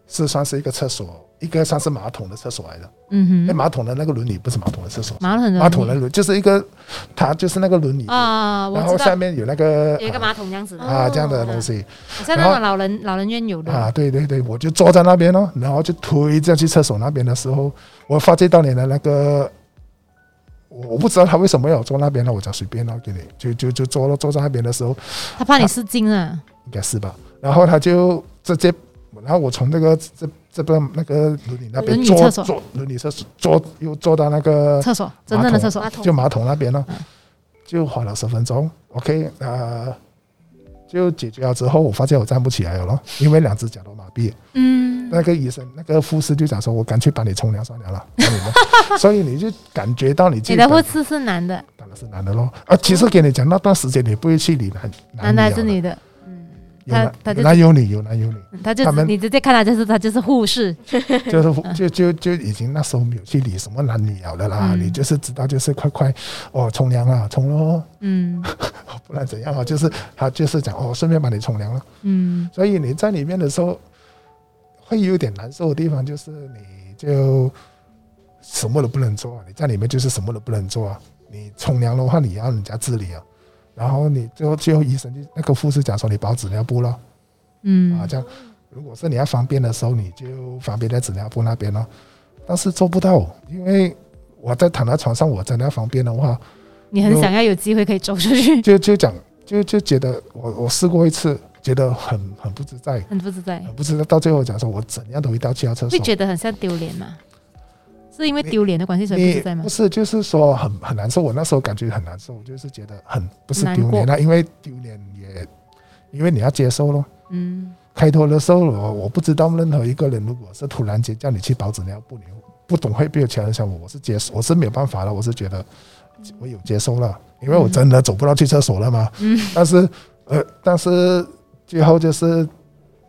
是算是一个厕所，一个算是马桶的厕所来的。
嗯
那、
哼，
马桶的那个轮椅不是马桶的厕所，
马桶
马桶的轮就是一个，它就是那个轮椅，
啊，我
然后
知
下
道
面有那个
有一个哦马桶这样子的，
啊这样的东西
好像那种老人老人院有
啊，
的，
对对对，我就坐在那边咯，然后就推着去厕所那边的时候，我发觉到你的那个。我我不知道他为什么要我坐那边呢，我讲随便咯，给你就就就坐了坐在那边的时候，
他怕你失禁啊，
应该是吧。然后他就直接，然后我从这个这这个那个轮椅那边
轮椅
坐
厕所
坐轮椅厕所坐又坐到那个
厕所，真正的厕所
马，桶
就啊马桶那边了
嗯，
就花了十分钟。OK，呃，就解决了之后，我发现我站不起来了咯，因为两只脚都麻痹。
嗯，
那个医生、那个护士就讲说：“我干脆帮你冲凉算了啦。帮你们” 所以你就感觉到你自
你
己
的
感
护士是男的，
当然是男的咯。啊，其实给你讲那段时间，你不会去理男
男的还是
女
女的？
有男
他他就
有男有女，有男有女。
嗯他就
他们
你直接看他就是他就是护士，
就是就就就已经那时候没有去理什么男女了的啦，
嗯
你就是知道就是快快哦冲凉啊冲咯，
嗯
不然怎样啊？就是他就是讲哦顺便帮你冲凉了，
嗯
所以你在里面的时候会有点难受的地方就是你就什么都不能做，你在里面就是什么都不能做啊。你冲凉的话你要人家治理啊，然后你就最后医生就那个护士讲说你包纸尿布了。啊，
嗯
这样如果是你要方便的时候，你就方便在纸尿布那边咯。但是做不到，因为我在躺在床上，我真的要方便的话，
你很想要有机会可以走出去，
就就讲就就觉得我我试过一次，觉得很很不自在，
很不自在，
很不自在。到最后讲说，我怎样都一定要去到厕
会
所。
觉得很像丢脸嘛？是因为
你
丢脸的关系所以不
你
自在吗
不？是就是说很很难受，我那时候感觉很难受，就是觉得很不是
难
丢脸
过
啊，因为丢脸也因为你要接受咯。
嗯
开头的时候，我我不知道任何一个人，如果是突然间叫你去包纸尿布，你不懂会不会强人想我，我是接受，我是没有办法了，我是觉得我有接受了，因为我真的走不到去厕所了嘛。
嗯
但是呃，但是最后就是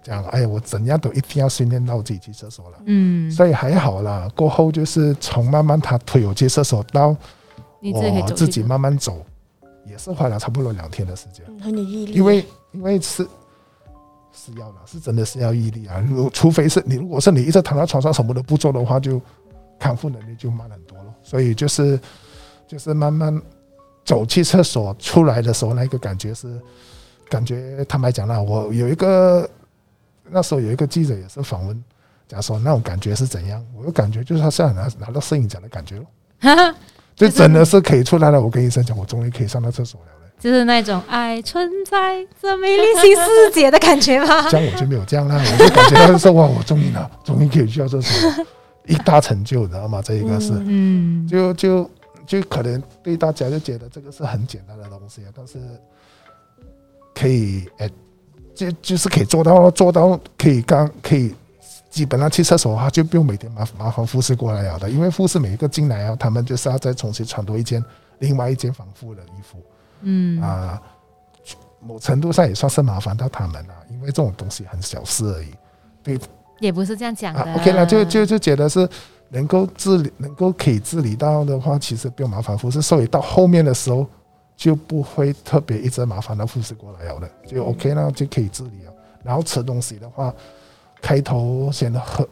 讲，哎呀，我怎样都一定要训练到自己去厕所了，
嗯，
所以还好啦。过后就是从慢慢他推我去厕所到
你自己可以
我
走
哦自己
吗？
慢慢走，也是花了差不多两天的时间。
嗯很有毅力。
因为因为是是要了，是真的是要毅力啊。如除非是你，如果是你一直躺在床上什么都不做的话，就康复能力就慢很多了。所以就是就是慢慢走去厕所出来的时候，那个感觉是感觉坦白讲啦，我有一个那时候有一个记者也是访问。讲说那种感觉是怎样？我就感觉就是他像拿拿到摄影奖的感觉咯，就
就是
真的是可以出来了。我跟医生讲，我终于可以上到厕所了嘞。
就是那种爱存在这美丽新世界的感觉 吗？
这样 我就没有这样啦，我就感觉到说哇，我终于了， 终于可以去到厕所了，一大成就，你知道吗？这一个是，
嗯
嗯
就就就可能对大家就觉得这个是很简单的东西啊，但是可以哎，就就是可以做到做到可以刚可以。基本上去厕所的话，就不用每天麻麻烦护士过来了的，因为护士每一个进来啊，他们就是要再重新穿多一件另外一件防护的衣服。
嗯
啊、某程度上也算是麻烦到他们了、啊因为这种东西很小事而已
也不是这样讲的。
啊。OK 了，就就就觉得是能够治理，能够可以治理到的话，其实不用麻烦护士，所哎以到后面的时候就不会特别一直麻烦到护士过来了的，就
嗯
OK 了，就可以治理了。然后吃东西的话，开头先喝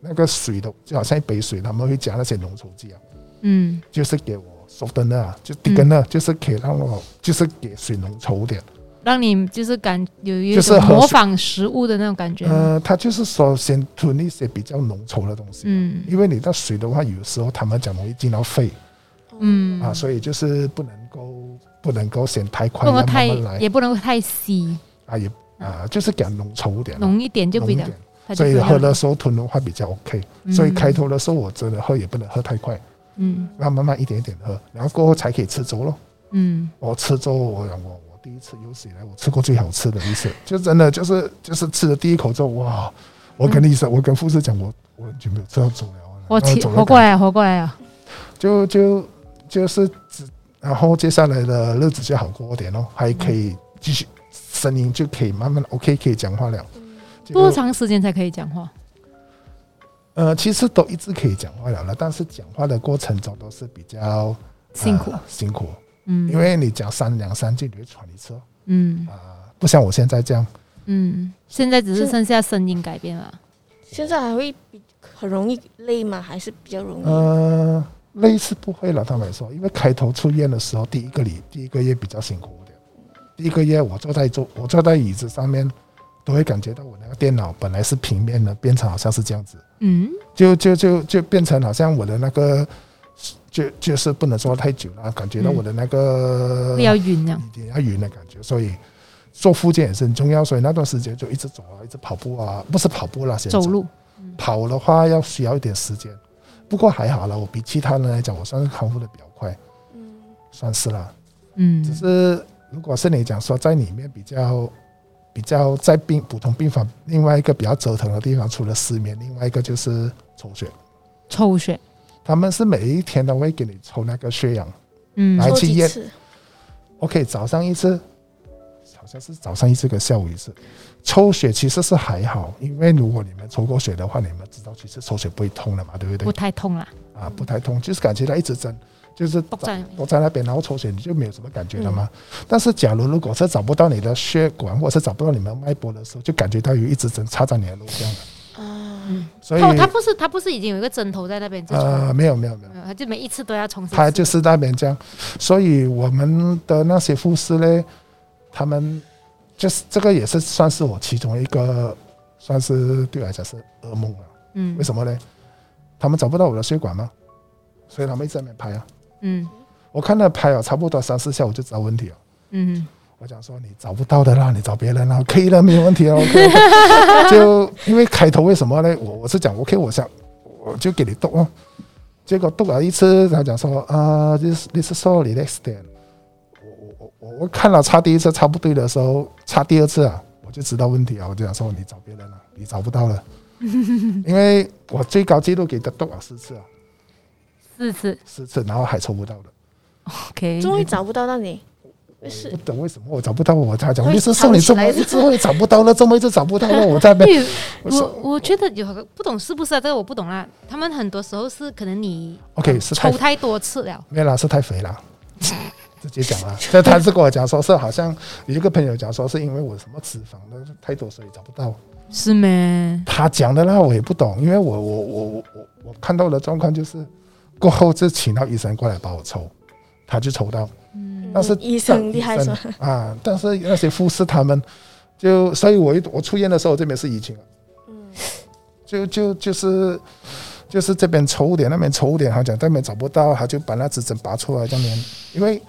那个水的，就好像一杯水，他们会加那些浓稠剂啊。
嗯
就是给我 soften 的啊，就 thicken 的，就是可以让我，就是给水浓稠点。
让你就是感有有一
就是
种
喝
模
水
仿食物的那种感觉。
呃，他就是说先吞一些比较浓稠的东西，
嗯
因为你的水的话，有时候他们讲容易进到肺、
嗯
啊，所以就是不能够不能够先太快，
不
要
能
慢
太
慢来
也不能太稀，
啊，也啊，就是讲浓稠点啊，
浓一点就
浓
比
一
较
点，
它就
所以
不一样
喝的时候吞的话比较 OK。所以
嗯
开头的时候我真的喝也不能喝太快，
嗯
要慢慢一点一点喝，然后过后才可以吃粥咯。
嗯
我吃粥，我讲我我第一次有史以来我吃过最好吃的一次，就真的就是就是吃了第一口粥，哇！我跟医生，我跟护士讲，我我很久没有吃到粥了。
我
那
起
种的
活过
感
来啊活过来啊，
觉，就就就是只，然后接下来的日子就好过一点咯，还可以继续声音就可以慢慢 OK 可以讲话了。就
多长时间才可以讲话？
呃，其实都一直可以讲话了了，但是讲话的过程中都是比较
辛苦
呃，辛苦，
嗯，
因为你讲三两三句你会喘一次哦
嗯
啊、不像我现在这样。
嗯，现在只是
是
剩下声音改变了，
现在还会比很容易累吗？还是比较容易？
呃，类似不会了，他们说，因为开头出院的时候，第一个礼第一个月比较辛苦一点。第一个月我坐在坐我坐在椅子上面，都会感觉到我那个电脑本来是平面的，变成好像是这样子，
嗯
就就就就变成好像我的那个。就就是不能坐太久了，感觉到我的那个
不要晕这样，
一定要匀的感觉，所以做复健也是很重要。所以那段时间就一直走啊，一直跑步啊，不是跑步啦，先
走路
跑的话要需要一点时间，不过还好啦，我比其他人来讲，我算是康复的比较快，
嗯，
算是啦。
嗯，
只是如果是你讲说在里面比较比较在病普通病房，另外一个比较折腾的地方，除了失眠，另外一个就是抽血。
嗯抽血，
他们是每一天都会给你抽那个血氧
嗯
来
抽
去
几
验
次？
，OK，早上一次，好像是早上一次跟下午一次。抽血其实是还好，因为如果你们抽过血的话，你们知道其实抽血不会痛的嘛，对不对
不？太痛啦，
啊，不太痛，就是感觉到一直针，就是
不嗯在
都在那边，然后抽血你就没有什么感觉了嘛。但是假如如果是找不到你的血管，或者是找不到你的脉搏的时候，就感觉到有一支针插在你的肋上了。
啊，
所以
哦，他不是他不是已经有一个针头在那边，这种
呃，没有没有没有，
没有他就每一次都要重新
他
试
就是那边这样。所以我们的那些护士嘞，他们就是这个也是算是我其中一个，算是对我来讲是噩梦啊。
嗯
为什么嘞？他们找不到我的血管吗？所以他们一直在那边拍啊。
嗯
我看那拍了哦差不多三四下，我就知道问题了。哦
嗯
我讲说你找不到的啦，你找别人啦，可以了，没有问题了。OK，, 就因为开头为什么呢？我我是讲 OK，我想我就给你动哦。结果动了一次，他讲说啊、t h i s this is so relaxed then。我我我我看了插第一次插不对的时候，插第二次啊，我就知道问题啊，我就想说你找别人了，你找不到了，因为我最高记录给他动了四次啊，
四次
四次，然后还抽不到的。
，OK，
终于找不到那里，是
不懂为什么我找不到我，他讲
会
律师送你这么
吵起
一
来
直会找不到了，这么一直找不到了，我在 那边
对，
我
我
说
我觉得有不懂是不是啊？这个我不懂啦。他们很多时候是可能你
OK 是太
抽太多次了，
没啦， 是太肥了，直接讲啦。这他是跟我讲说是好像有一个朋友讲说是因为我什么脂肪的太多，所以找不到。
是咩？
他讲的啦，我也不懂，因为我我我我我我看到的状况就是过后就请到医生过来帮我抽，他就抽到。
嗯
但是
嗯医生厉害是吧？
啊，但是那些护士他们就，所以我一我出院的时候这边是疫情了，
嗯，
就就就是就是这边抽一点，那边抽一点，他讲这边找不到，他就把那支针拔出来，这样连，因为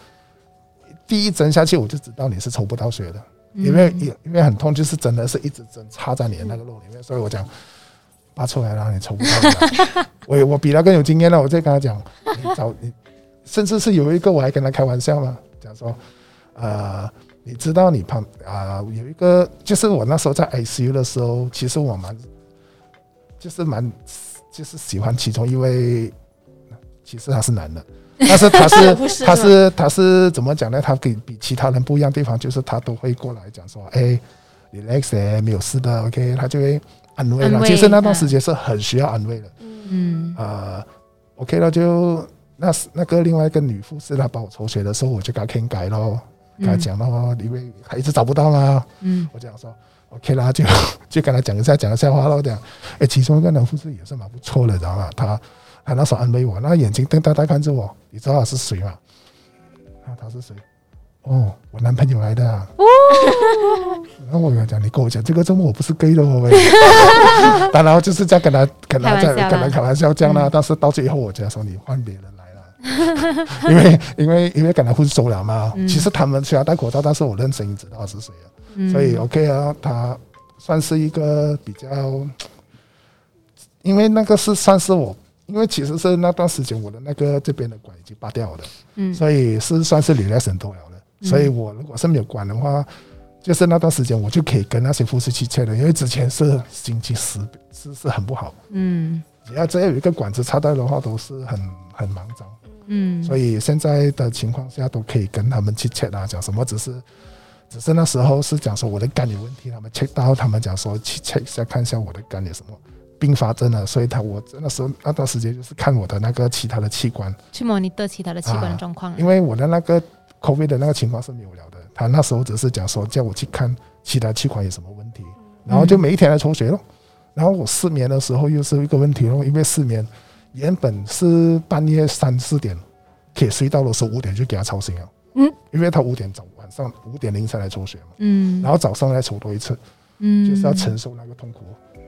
第一针下去我就知道你是抽不到血的，因为
嗯
因因为很痛，就是真的是一支针插在你的那个肉里面，所以我讲。拔出来了，你抽不到的。我我比他更有经验了，我就跟他讲，你找你，甚至是有一个我还跟他开玩笑嘛，讲说，呃，你知道你旁啊、有一个，就是我那时候在 ICU 的时候，其实我蛮，就是蛮，就是喜欢其中一位，其实他是男的，但是他
不
是
是
他
是吧
是他是怎么讲呢？他给比其他人不一样的地方，就是他都会过来讲说，哎，relax，哎没有事的，OK，他就会安慰了。
安慰
其实那段
嗯
时间是很需要安慰的。
嗯
啊、o k 那就那是那个另外一个女护士，她帮我抽血的时候，我就给她听改咯，
嗯
跟她讲咯，因为她一直找不到啊嘛，
嗯
我讲说 OK 啦，就 就跟她讲一下讲一下话咯，讲，哎，其中一个男护士也是蛮不错的，知道吗？她她那时候安慰我，那眼睛瞪大大看着我，你知道她是谁吗？啊，她是谁？哦，我男朋友来的、
哦
啊。然后我跟他讲，你跟我讲这个周末我不是 gay 的 哦，喂。当然后就是这样跟他跟他
开玩
在
笑啦嗯
跟他开玩笑这样啦。但是到最后我讲说你换别人来 了，因为因为因为跟他互收了嘛。
嗯
其实他们虽然戴口罩，但是我认真知道是谁啊了，
嗯，
所以 OK 啊，他算是一个比较，因为那个是算是我。因为其实是那段时间我的那个这边的管已经拔掉了，
嗯
所以是算是 relax 很多了的。所以我如果是没有管的话，就是那段时间我就可以跟那些护士去切了，因为之前是心情是是是很不好，
嗯
只要只要有一个管子插到的话，都是很很忙张。
嗯，
所以现在的情况下都可以跟他们去 check 啊，讲什么只是。只是那时候是讲说我的肝有问题，他们 check 到，他们讲说去 check 一下看一下我的肝有什么并发症了，所以他我那时候那段时间就是看我的那个其他的器官，
去模拟对其他的器官的状况啊，
因为我的那个 COVID 的那个情况是没有聊的，他那时候只是讲说叫我去看其他器官有什么问题，
嗯
然后就每一天来抽血咯。然后我失眠的时候又是一个问题咯，因为失眠原本是半夜三四点可以睡到的时候，五点就给他吵醒了。
嗯，
因为他五点早晚上五点凌晨来抽血嘛，
嗯，
然后早上再抽多一次，
嗯
就是要承受那个痛苦。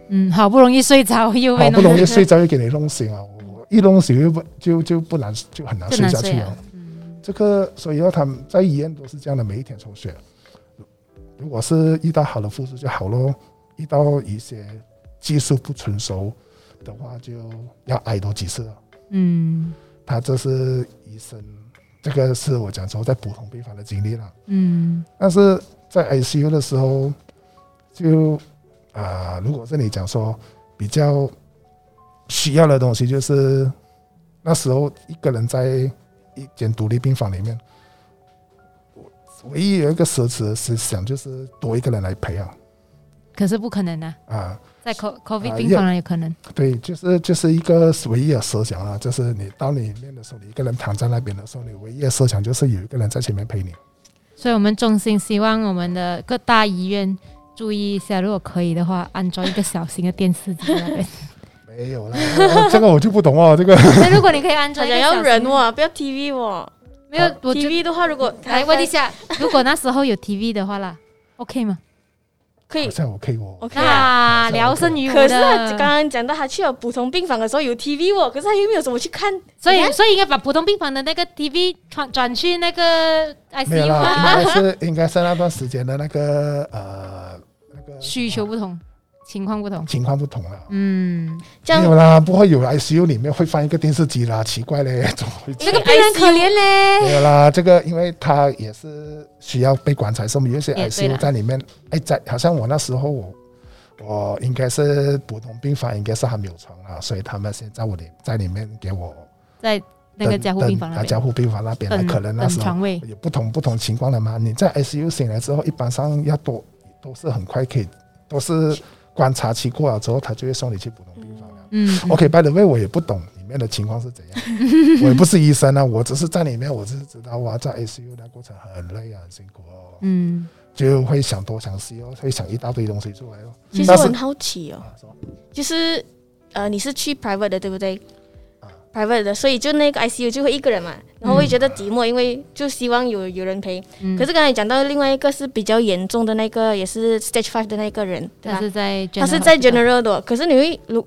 嗯，好不容易睡着又被
好啊不
弄
容易睡着又给你弄醒啊，我一弄醒又不就就不难就很难
更
睡
难
下
睡
去
啊
了。，这个，所以要他们在医院都是这样的，每一天抽血。如果是遇到好的护士就好咯，遇到一些技术不成熟的话，就要挨多几次了。 啊
嗯
他这是医生，这个是我讲说在普通病房的经历了。
嗯
但是在 ICU 的时候，就啊、呃如果是你讲说比较需要的东西，就是那时候一个人在一间独立病房里面，我唯一有一个奢侈的思想就是多一个人来陪啊
可是不可能啊，
啊，
在 co covid
啊
病
要
房有可能。
对，就是就是一个唯一的设想啊，就是你到里面的时候，你一个人躺在那边的时候，你唯一的设想就是有一个人在前面陪你。
所以我们衷心希望我们的各大医院注意一下，如果可以的话，安装一个小型的电视机在那 边。
没有啦，这个我就不懂哦，这个
那如果你可以安
他
装一
讲
个
要
小
人
型的
哦，不要 TV 哦。
没有，我觉得
TV 的话，如果
来哎问一下，如果那时候有 TV 的话啦，OK 吗？
可以
好像我可以哦。
，OK 啊。
好
那
像
聊胜于无
可是他
的
刚。刚讲到他去了普通病房的时候有 TV 哦，可是他又没有怎么去看，
所
你
以
看
所以应该把普通病房的那个 TV 转转去那个
没有
ICU
啦，
啊，
应该是应该是那段时间的那个呃那个
需求不同，情况不同。
情况不同了。
嗯，
这
没
样
有啦，不会有 ICU 里面会放一个电视机啦，奇怪嘞， 怎么会这
这
样？
个病
哎
人可怜嘞。
没有啦，这个因为他也是需要被管才是有一些
也对啦
ICU 在里面，哎，在好像我那时候我我应该是普通病房，应该是还没有床啦，所以他们先在我里在里面给我
在那个
等
加护病
等
房那
啊加
边，
护病房那边，
等
可能那
等
时候
床位。
有不同不同情况的嘛。你在 ICU 醒来之后，一般上要多都是很快可以，都是观察期过了之后，他就会送你去普通病房了。
嗯
OK，by the way，我也不懂里面的情况是怎 样，我也不是医生啊，我只是在里面，我只是知道哇，在 ICU 那过程很累啊，很辛苦哦，
嗯，
就会想多想西哦，会想一大堆东西出来哦。
其实
但
我
是
很好奇哦，
啊，说
就是呃，你是去 private 的对不对
啊
？private 的，所以就那个 ICU 就会一个人嘛，然后会觉得寂寞，因为就希望有有人陪。
嗯
可是刚才讲到另外一个是比较严重的那个，也是 stage five 的那个人，对
啊嗯他
吧？
是在
他是在
General
general 的，可是你会如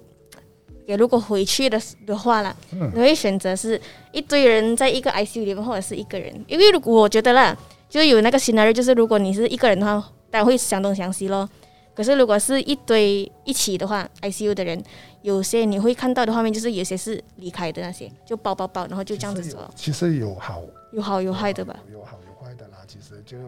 也如果回去的的话啦，你会选择是一堆人在一个 ICU 里面，或者是一个人？因为如果我觉得啦，就有那个 scenario，就是如果你是一个人的话，当然会想东想西咯。可是如果是一堆一起的话，ICU 的人，有些你会看到的画面就是有些是离开的那些，就抱抱抱，然后就这样子
其实有
走，
其实有好
有好有坏的吧？
有好有坏的啦，其实就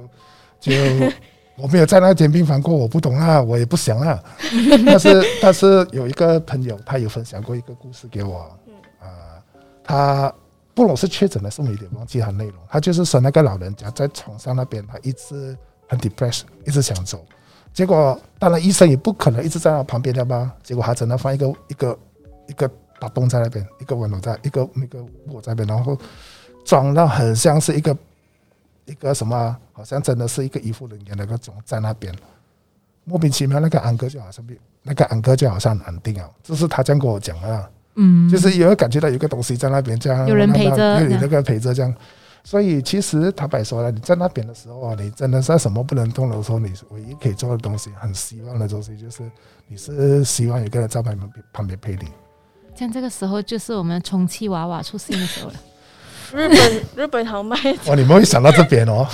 就我没有在那间病房过，我不懂啦，我也不想啦。 但是但是有一个朋友，他有分享过一个故事给我，啊、他不懂是确诊的是我有点忘记他内容，他就是说那个老人家在床上那边，他一直很 depressed，一直想走。结果，当然医生也不可能一直在他旁边的吧。结果他只能放一个一个一个打洞在那边，一个温柔在，一个那个我在那边，然后装到很像是一个一个什么啊，好像真的是一个医护人员的那种在那边，莫名其妙那个安哥就好像被那个安哥就好像很安定啊，这是他这样跟我讲的啊，
嗯，
就是也会感觉到有一个东西在那边这样，
有人陪
那
着
那
这
有
样
那个陪着这样。所以其实坦白说了，你在那边的时候啊，你真的是什么不能动的时候，你唯一可以做的东西，很希望的东西就是，你是希望有个人在旁边旁边陪你。
像这个时候就是我们充气娃娃出现的时候 了。
日 本日本好卖，
哇，你们会想到这边 哦，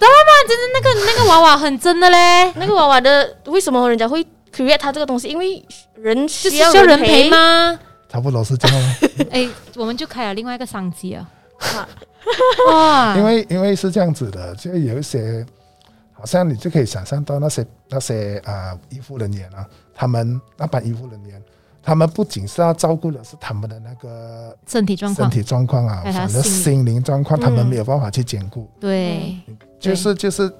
那个那个娃娃很真的嘞，
那个娃娃的为什么人家会 create 它这个东西？因为人
就
需
是
要
需要人
陪
陪？吗？
差不多是这样哦。
哎，我们就开了另外一个商机 啊！
啊
哇，
因为因为是这样子的，就有一些，好像你就可以想象到那些那些啊、呃医护人员啊，他们那帮医护人员，他们不仅是要照顾的是他们的那个
身体状
身
况
体状况啊，
还有他
反正
心
心灵状况他们
嗯
没有办法去兼顾，
对，对
就是就是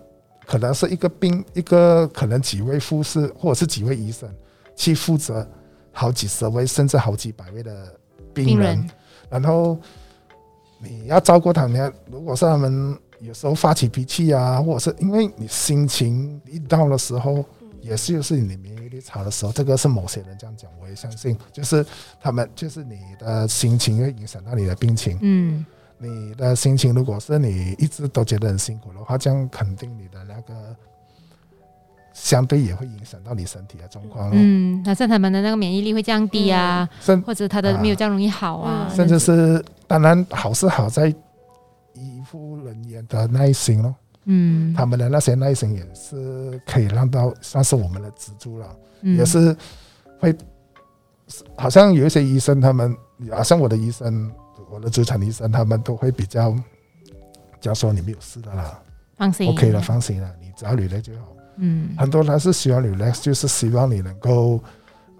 可能是一个病一个可能几位护士或者是几位医生去负责好几十位甚至好几百位的
病
病人
人
然后你要照顾他们，如果是他们有时候发起脾气啊，或者是因为你心情一到的时候，也是就是你免疫力差的时候，这个是某些人这样讲，我也相信，就是他们就是你的心情会影响到你的病情，
嗯，
你的心情如果是你一直都觉得很辛苦的话，这样肯定你的那个。相对也会影响到你身体的状况咯，
嗯，好像他们的那个免疫力会降低啊，
甚
或者他的没有这样容易好啊，
嗯
甚至是当然好是好在医护人员的耐心咯，
嗯，
他们的那些耐心也是可以让到算是我们的支柱了，
嗯
也是会，好像有一些医生，他们好像我的医生，我的主产医生，他们都会比较讲说你没有事的啦
放心
，OK 了，放心了，你只要 relax 就好。
嗯
很多人还是喜欢 relax，就是希望你能够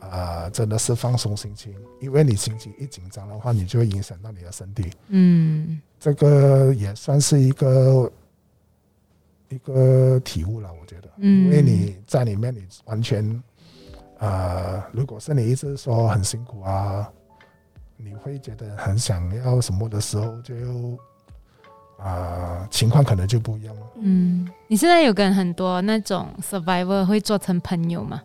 啊、呃真的是放松心情，因为你心情一紧张的话，你就会影响到你的身体。
嗯
这个也算是一个一个体悟了，我觉得，
嗯
因为你在里面，你完全，呃，如果是你一直说很辛苦啊，你会觉得很想要什么的时候就，啊、情况可能就不一样了。
嗯，你现在有跟很多那种 survivor 会做成朋友吗？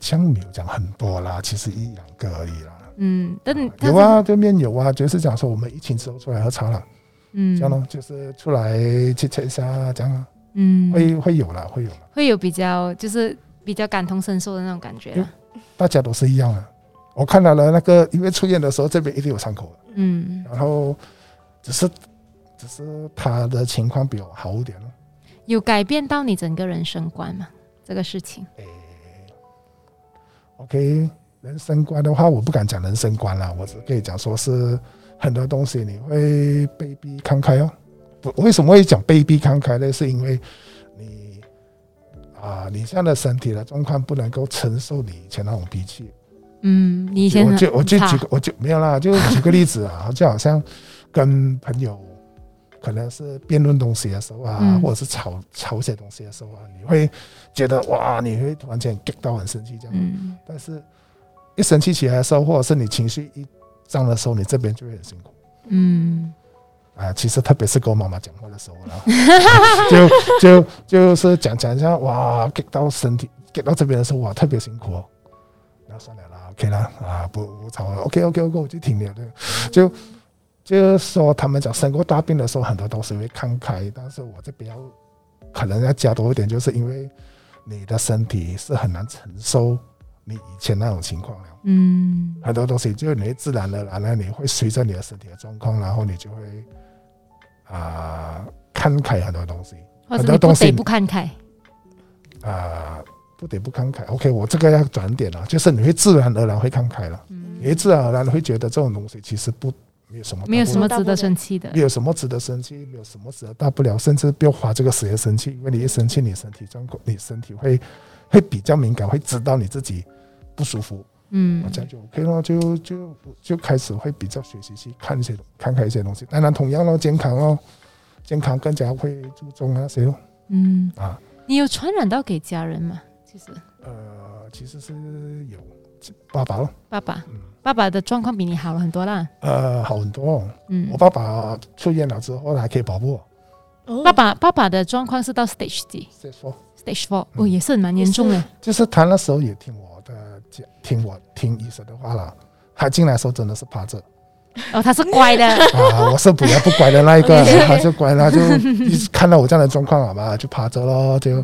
像没有讲很多啦，其实一两个而已啦。
嗯，但他
有啊，，对面有啊，就是讲说我们疫情之后出来喝茶了，
嗯，
这样咯，就是出来去切一下，这样啊，
嗯，
会会有啦，会有啦。
会有比较就是比较感同身受的那种感觉啊啦，
大家都是一样的。啊我看到了那个，因为出院的时候这边一定有伤口，
嗯，
然后只是只是他的情况比我好一点咯。
有改变到你整个人生观吗？这个事情，
诶，OK，人生观的话，我不敢讲人生观啦，我只可以讲说是很多东西你会被逼慷慨哦。不，为什么会讲被逼慷慨呢？是因为你啊，你现在的身体的状况不能够承受你以前那种脾气，
嗯，你以前
我
很
就我就
怕
举个我就没有啦，就举个例子啊， 就好像跟朋友可能是辩论东西的时候啊，
嗯
或者是吵吵一些东西的时候啊，你会觉得哇，你会突然间 get 到很生气这样，
嗯
但是一生气起来的时候，或者是你情绪一涨的时候，你这边就会很辛苦。
嗯
啊，其实特别是跟我妈妈讲话的时候啦， 就就就是讲讲一下，哇，get 到身体，get 到这边的时候，哇，特别辛苦哦。那算了啦，OK 啦，啊，不不吵了，OK OK OK，我就停了。就就就是说，他们讲生过大病的时候，很多东西会看开，但是我这边要可能要加多一点，就是因为你的身体是很难承受你以前那种情况了。
嗯
很多东西，就是你会自然而然呢，你会随着你的身体的状况，然后你就会啊、看开很多东西
或
很
者你
多
不
东西
得不看开，
啊、不得不看开。OK，我这个要转点了，就是你会自然而然会看开了，
嗯
你，会自然而然会觉得这种东西其实不没有什么大不了，
没有什么值得生气的，
没有什么值得生气，没有什么值得大不了，甚至不要花这个时间生气，因为你一生气，你身体状况，你身体会会比较敏感，会知道你自己不舒服，
嗯
我这样就 OK 咯，就就就开始会比较学习去看一些看看一些东西。当然，同样咯，健康咯，健康更加会注重那些咯
嗯，
啊。
你有传染到给家人吗？其实
呃，其实是有爸爸咯，
爸爸
嗯，
爸爸的状况比你好了很多啦，
呃，好很多、哦。
嗯
我，爸爸出院了之后还可以保护我，
哦
爸爸爸爸的状况是到 stage 几
再说，
？stage four，
嗯
哦，也是蛮严重
也
的，
就是他那时候也听我的讲，听我听医生的话啦。他进来的时候真的是趴着
哦，他是乖的，
啊，我是比较不乖的那一个，他就乖了，就一直看到我这样的状况，好吧，就趴着咯，就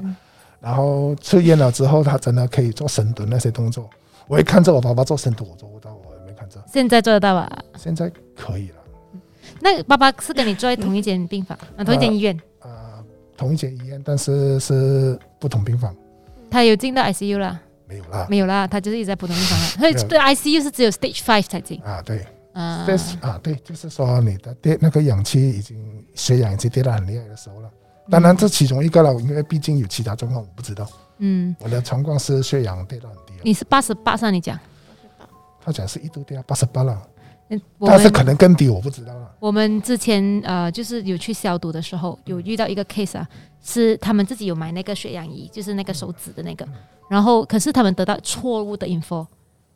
然后出院了之后，他真的可以做深蹲那些动作。我一看着我爸爸做深蹲，我做不到，我也没看着。
现在做得到吧？
现在可以了，
那爸爸是跟你住在同一间病房，啊，同一间医院，
啊，同一间医院，但是是不同病房，
他有进到 ICU 啦？
没有啦。
没有啦，他就是一直在普通病房啦。啊所以
没有
对 ICU 是只有 stage five 才进，
啊，对，
啊，
但是啊，对，就是说你的跌那个氧气已经血氧已经跌得很厉害的时候了。当然，这其中一个了，因为毕竟有其他状况我不知道。
嗯，
我的状况是血氧跌到很低了，
你是八十八啊上你讲，
他讲是一度跌到八十八了，
嗯我
但是可
们
能更低，我不知道了。
我们之前呃就是有去消毒的时候，有遇到一个 case 啊，是他们自己有买那个血氧仪，就是那个手指的那个，然后可是他们得到错误的 info。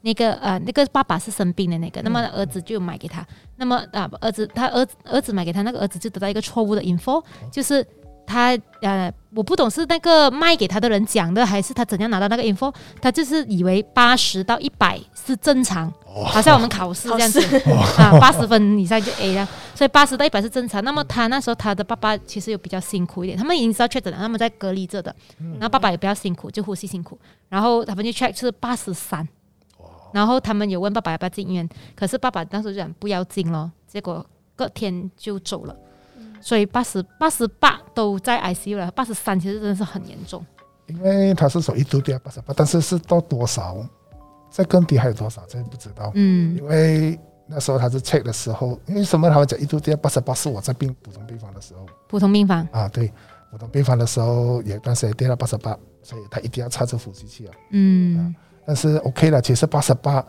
那个呃，那个爸爸是生病的那个，那么儿子就买给他，那么啊、儿子他儿子儿子买给他那个儿子就得到一个错误的 info，就是他呃，我不懂是那个卖给他的人讲的，还是他怎样拿到那个 info，他就是以为八十到一百是正常，好像我们考试这样子啊，八十分以上就 A 了，所以八十到一百是正常。那么他那时候他的爸爸其实有比较辛苦一点，他们已经知道确诊了，他们在隔离着的，然后爸爸也比较辛苦，就呼吸辛苦，然后他们就 check 是八十三。然后他们有问爸爸要不要进医院，可是爸爸当时就讲不要进咯，结果隔天就走了。所以八十八十八都在 ICU 了，八十三其实真的是很严重。
因为他是说一度跌八十八，但是是到多少再更低还有多少，真的不知道。
嗯
因为那时候他是 check 的时候，因为什么他们讲一度跌八十八是我在病普通病房的时候
普通病房，
啊，对，普通病房的时候也当时也跌到八十八，所以他一定要插着呼吸器啊。
嗯
但是 OK 了，其实八十八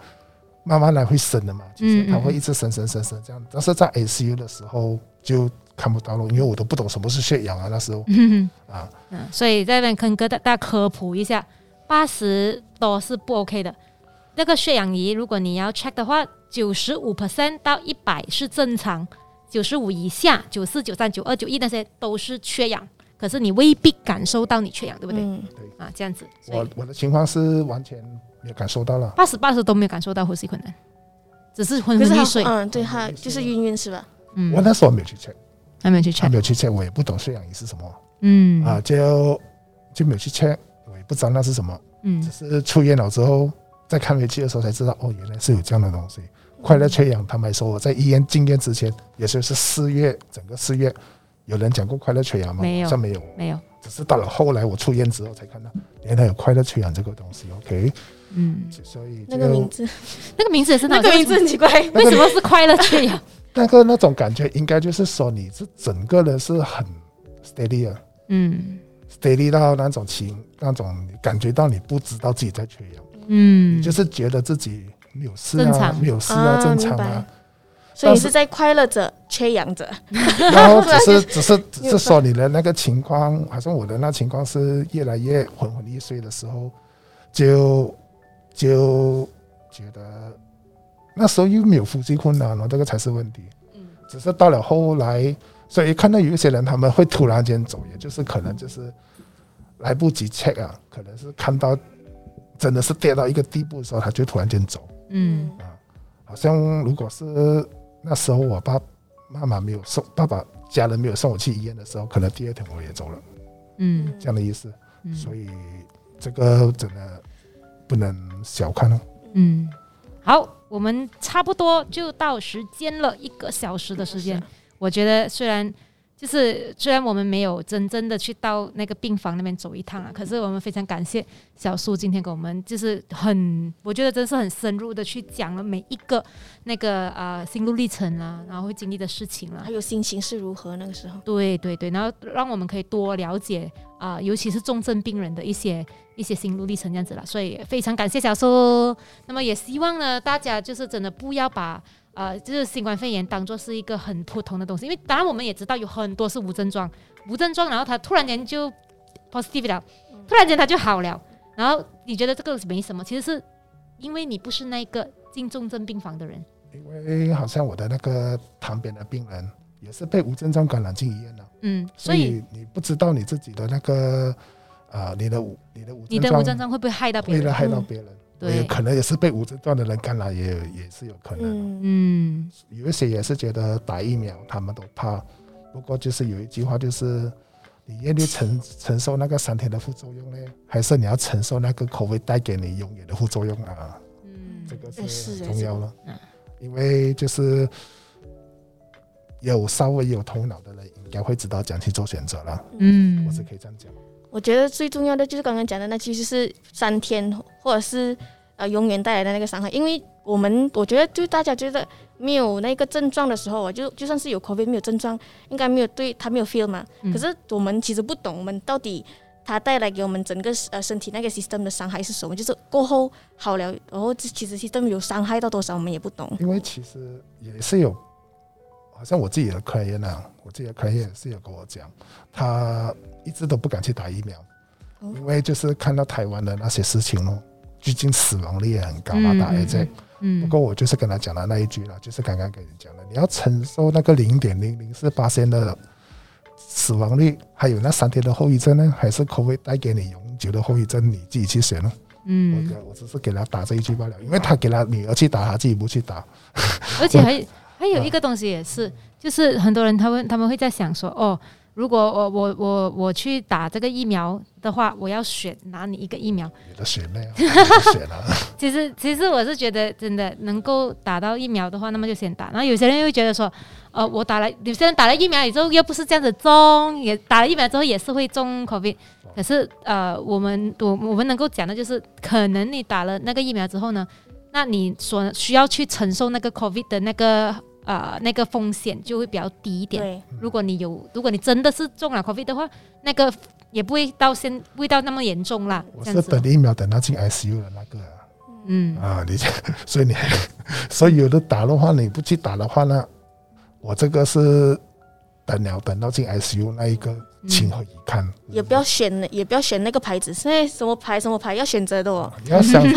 慢慢来会升的嘛，其
嗯
实
嗯
它会一直升升升升这样。但是在 ICU 的时候就看不到了，因为我都不懂什么是血氧啊，那时候
嗯
啊，
嗯，所以在这边跟各大大科普一下，八十多是不 OK 的。那个血氧仪，如果你要 check 的话，九十五 percent 到一百是正常，九十五以下，九四、九三、九二、九一那些都是缺氧，可是你未必感受到你缺氧，对不对？
嗯，
啊，这样子，所
我
以
我的情况是完全没有感受到了。
八十八十都没有感受到呼吸困难，只是昏
可
昏
是
欲
他
睡。
嗯，对他就是晕晕是吧？
嗯
我，那时候没有去 check，
还没有去
还
check。
没有去 check，我也不懂血氧仪是什么
嗯
啊，就就没有去 check，我也不知道那是什么，
嗯
只是出院了之后再看回去的时候才知道，哦，原来是有这样的东西。快乐缺氧，他们还说我在医院进院之前，也就是四月，整个四月，有人讲过快乐缺氧吗？
没有
好像没有，
没有，
只是到了后来我出院之后才看到，原来有快乐缺氧这个东西。OK，
嗯，
所以就
那个名字，
那个名字也是
那
那
个名字很奇怪。
为什么是快乐啊缺氧？
那个那种感觉，应该就是说你是整个人是很 steady 啊
嗯
，steady 到那种情，那种感觉到你不知道自己在缺氧，
嗯，
就是觉得自己没有事
正
啊，
常
没有事啊，
啊
正常
明
啊
白。所以你是在快乐者、缺氧者，
然后只是只是只是说你的那个情况，好像我的那情况是越来越昏昏欲睡的时候，就就觉得那时候又没有呼吸困难了，这个才是问题。
嗯
只是到了后来，所以看到有一些人他们会突然间走，也就是可能就是来不及 check 啊，可能是看到真的是跌到一个地步的时候，他就突然间走。
嗯。
好像如果是那时候我爸妈妈没有送，爸爸家人没有送我去医院的时候，可能第二天我也走了，
嗯
这样的意思。
嗯
所以这个真的不能小看哦。
嗯，好，我们差不多就到时间了，一个小时的时
啊
间。我觉得虽然就是虽然我们没有真正的去到那个病房那边走一趟
嗯
啊，可是我们非常感谢小苏今天给我们就是很，我觉得真是很深入的去讲了每一个那个呃心路历程啊，然后会经历的事情啊啦、
还有心情是如何那个时候？
对对对，然后让我们可以多了解啊、尤其是重症病人的一些一些心路历程这样子啦。所以非常感谢小苏。那么也希望呢，大家就是真的不要把呃，就是新冠肺炎当做是一个很普通的东西，因为当然我们也知道有很多是无症状，无症状，然后他突然间就 positive 了，突然间他就好了，然后你觉得这个没什么，其实是因为你不是那个进重症病房的人。
因为好像我的那个旁边的病人也是被无症状感染进医院了，
嗯，所
所
以
以你不知道你自己的那个呃，你的无你的无
你
症
的无
状
症状会不会害到别
为了
人？
害到别人，
嗯对
也可能也是被无症状的人感染，也有也是有可能。
嗯，
嗯
有一些也是觉得打疫苗他们都怕，不过就是有一句话就是，你愿意承承受那个三天的副作用呢，还是你要承受那个口味带给你永远的副作用啊？
嗯
这个
哎
是
是
很
哎
重要了
嗯，
因为就是有稍微有头脑的人应该会知道怎样去做选择了，
嗯
我是可以这样讲。
我觉得最重要的就是刚刚讲的那句，就是三天或者是呃永远带来的那个伤害，因为我们我觉得就大家觉得没有那个症状的时候啊，就就算是有 COVID 没有症状，应该没有对他没有 feel 嘛。
嗯
可是我们其实不懂，我们到底它带来给我们整个呃身体那个 system 的伤害是什么，就是过后好了，然后这其实 system 有伤害到多少我们也不懂。
因为其实也是有，好像我自己的客人啊，我自己的客人也是有跟我讲，他一直都不敢去打疫苗，
哦
因为就是看到台湾的那些事情咯，最近死亡率也很高啊，
嗯
打癌症。
嗯
不过我就是跟他讲的那一句了，就是刚刚跟你讲的，你要承受那个零点零零四八千的死亡率，还有那三天的后遗症呢，还是 COVID 带给你永久的后遗症，你自己去选咯。我
嗯，
给我只是给他打这一句罢了，因为他给他女儿去打，他自己不去打。
而且还还有一个东西也是，就是很多人他们他们会在想说，哦，如果我我我我去打这个疫苗的话，我要选哪里一个疫苗？
有的选嘞，有的选了。
其实其实我是觉得，真的能够打到疫苗的话，那么就先打。然后有些人又会觉得说，呃，我打了，有些人打了疫苗以后又不是这样子中，也打了疫苗之后也是会中 COVID，可是呃，我们我我们能够讲的就是，可能你打了那个疫苗之后呢，那你所需要去承受那个 COVID 的那个呃那个风险就会比较低一点。
对
如果你有，如果你真的是中了 COVID 的话，那个也不会到现不会到那么严重啦。
我
这
是
样子
等
哦，
疫苗等到进 ICU 的那个啊。
嗯
啊，你这 所以你所以有的打的话，你不去打的话呢，我这个是等了等到进 ICU 那一个
嗯
情何以堪？
也不要选，也不要选那个牌子，现在什么牌什么牌要选择的哦。
你要 相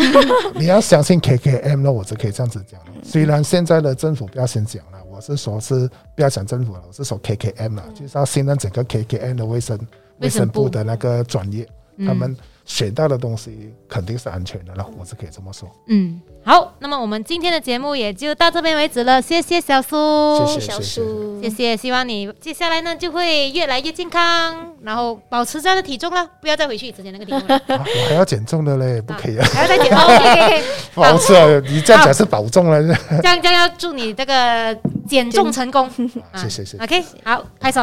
你要相信 KKM 那我只可以这样子讲了。虽然现在的政府不要先讲了，我是说是不要讲政府了，我是说 KKM 了，就是要信任整个 KKM 的卫生
卫
卫
生
生
部
部的那个专业，
嗯
他们选到的东西肯定是安全的了，我是可以这么说。
嗯，好，那么我们今天的节目也就到这边为止了，谢谢小苏，
谢谢
小
谢
叔，
谢谢，希望你接下来呢就会越来越健康，然后保持这样的体重啦，不要再回去之前那个 体重了，
啊我还要减重的嘞，不可以啊，
还要再减。OK，
不好吃啊！你这样讲是保重了。
这样这样要祝你这个减重成功。啊
谢谢谢谢。
OK，好，拍手，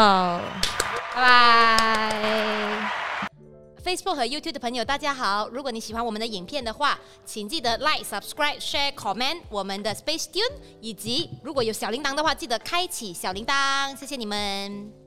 拜拜。
Facebook 和 YouTube 的朋友，大家好！如果你喜欢我们的影片的话，请记得 Like、Subscribe、Share、Comment 我们的 Space Tune，以及如果有小铃铛的话，记得开启小铃铛。谢谢你们。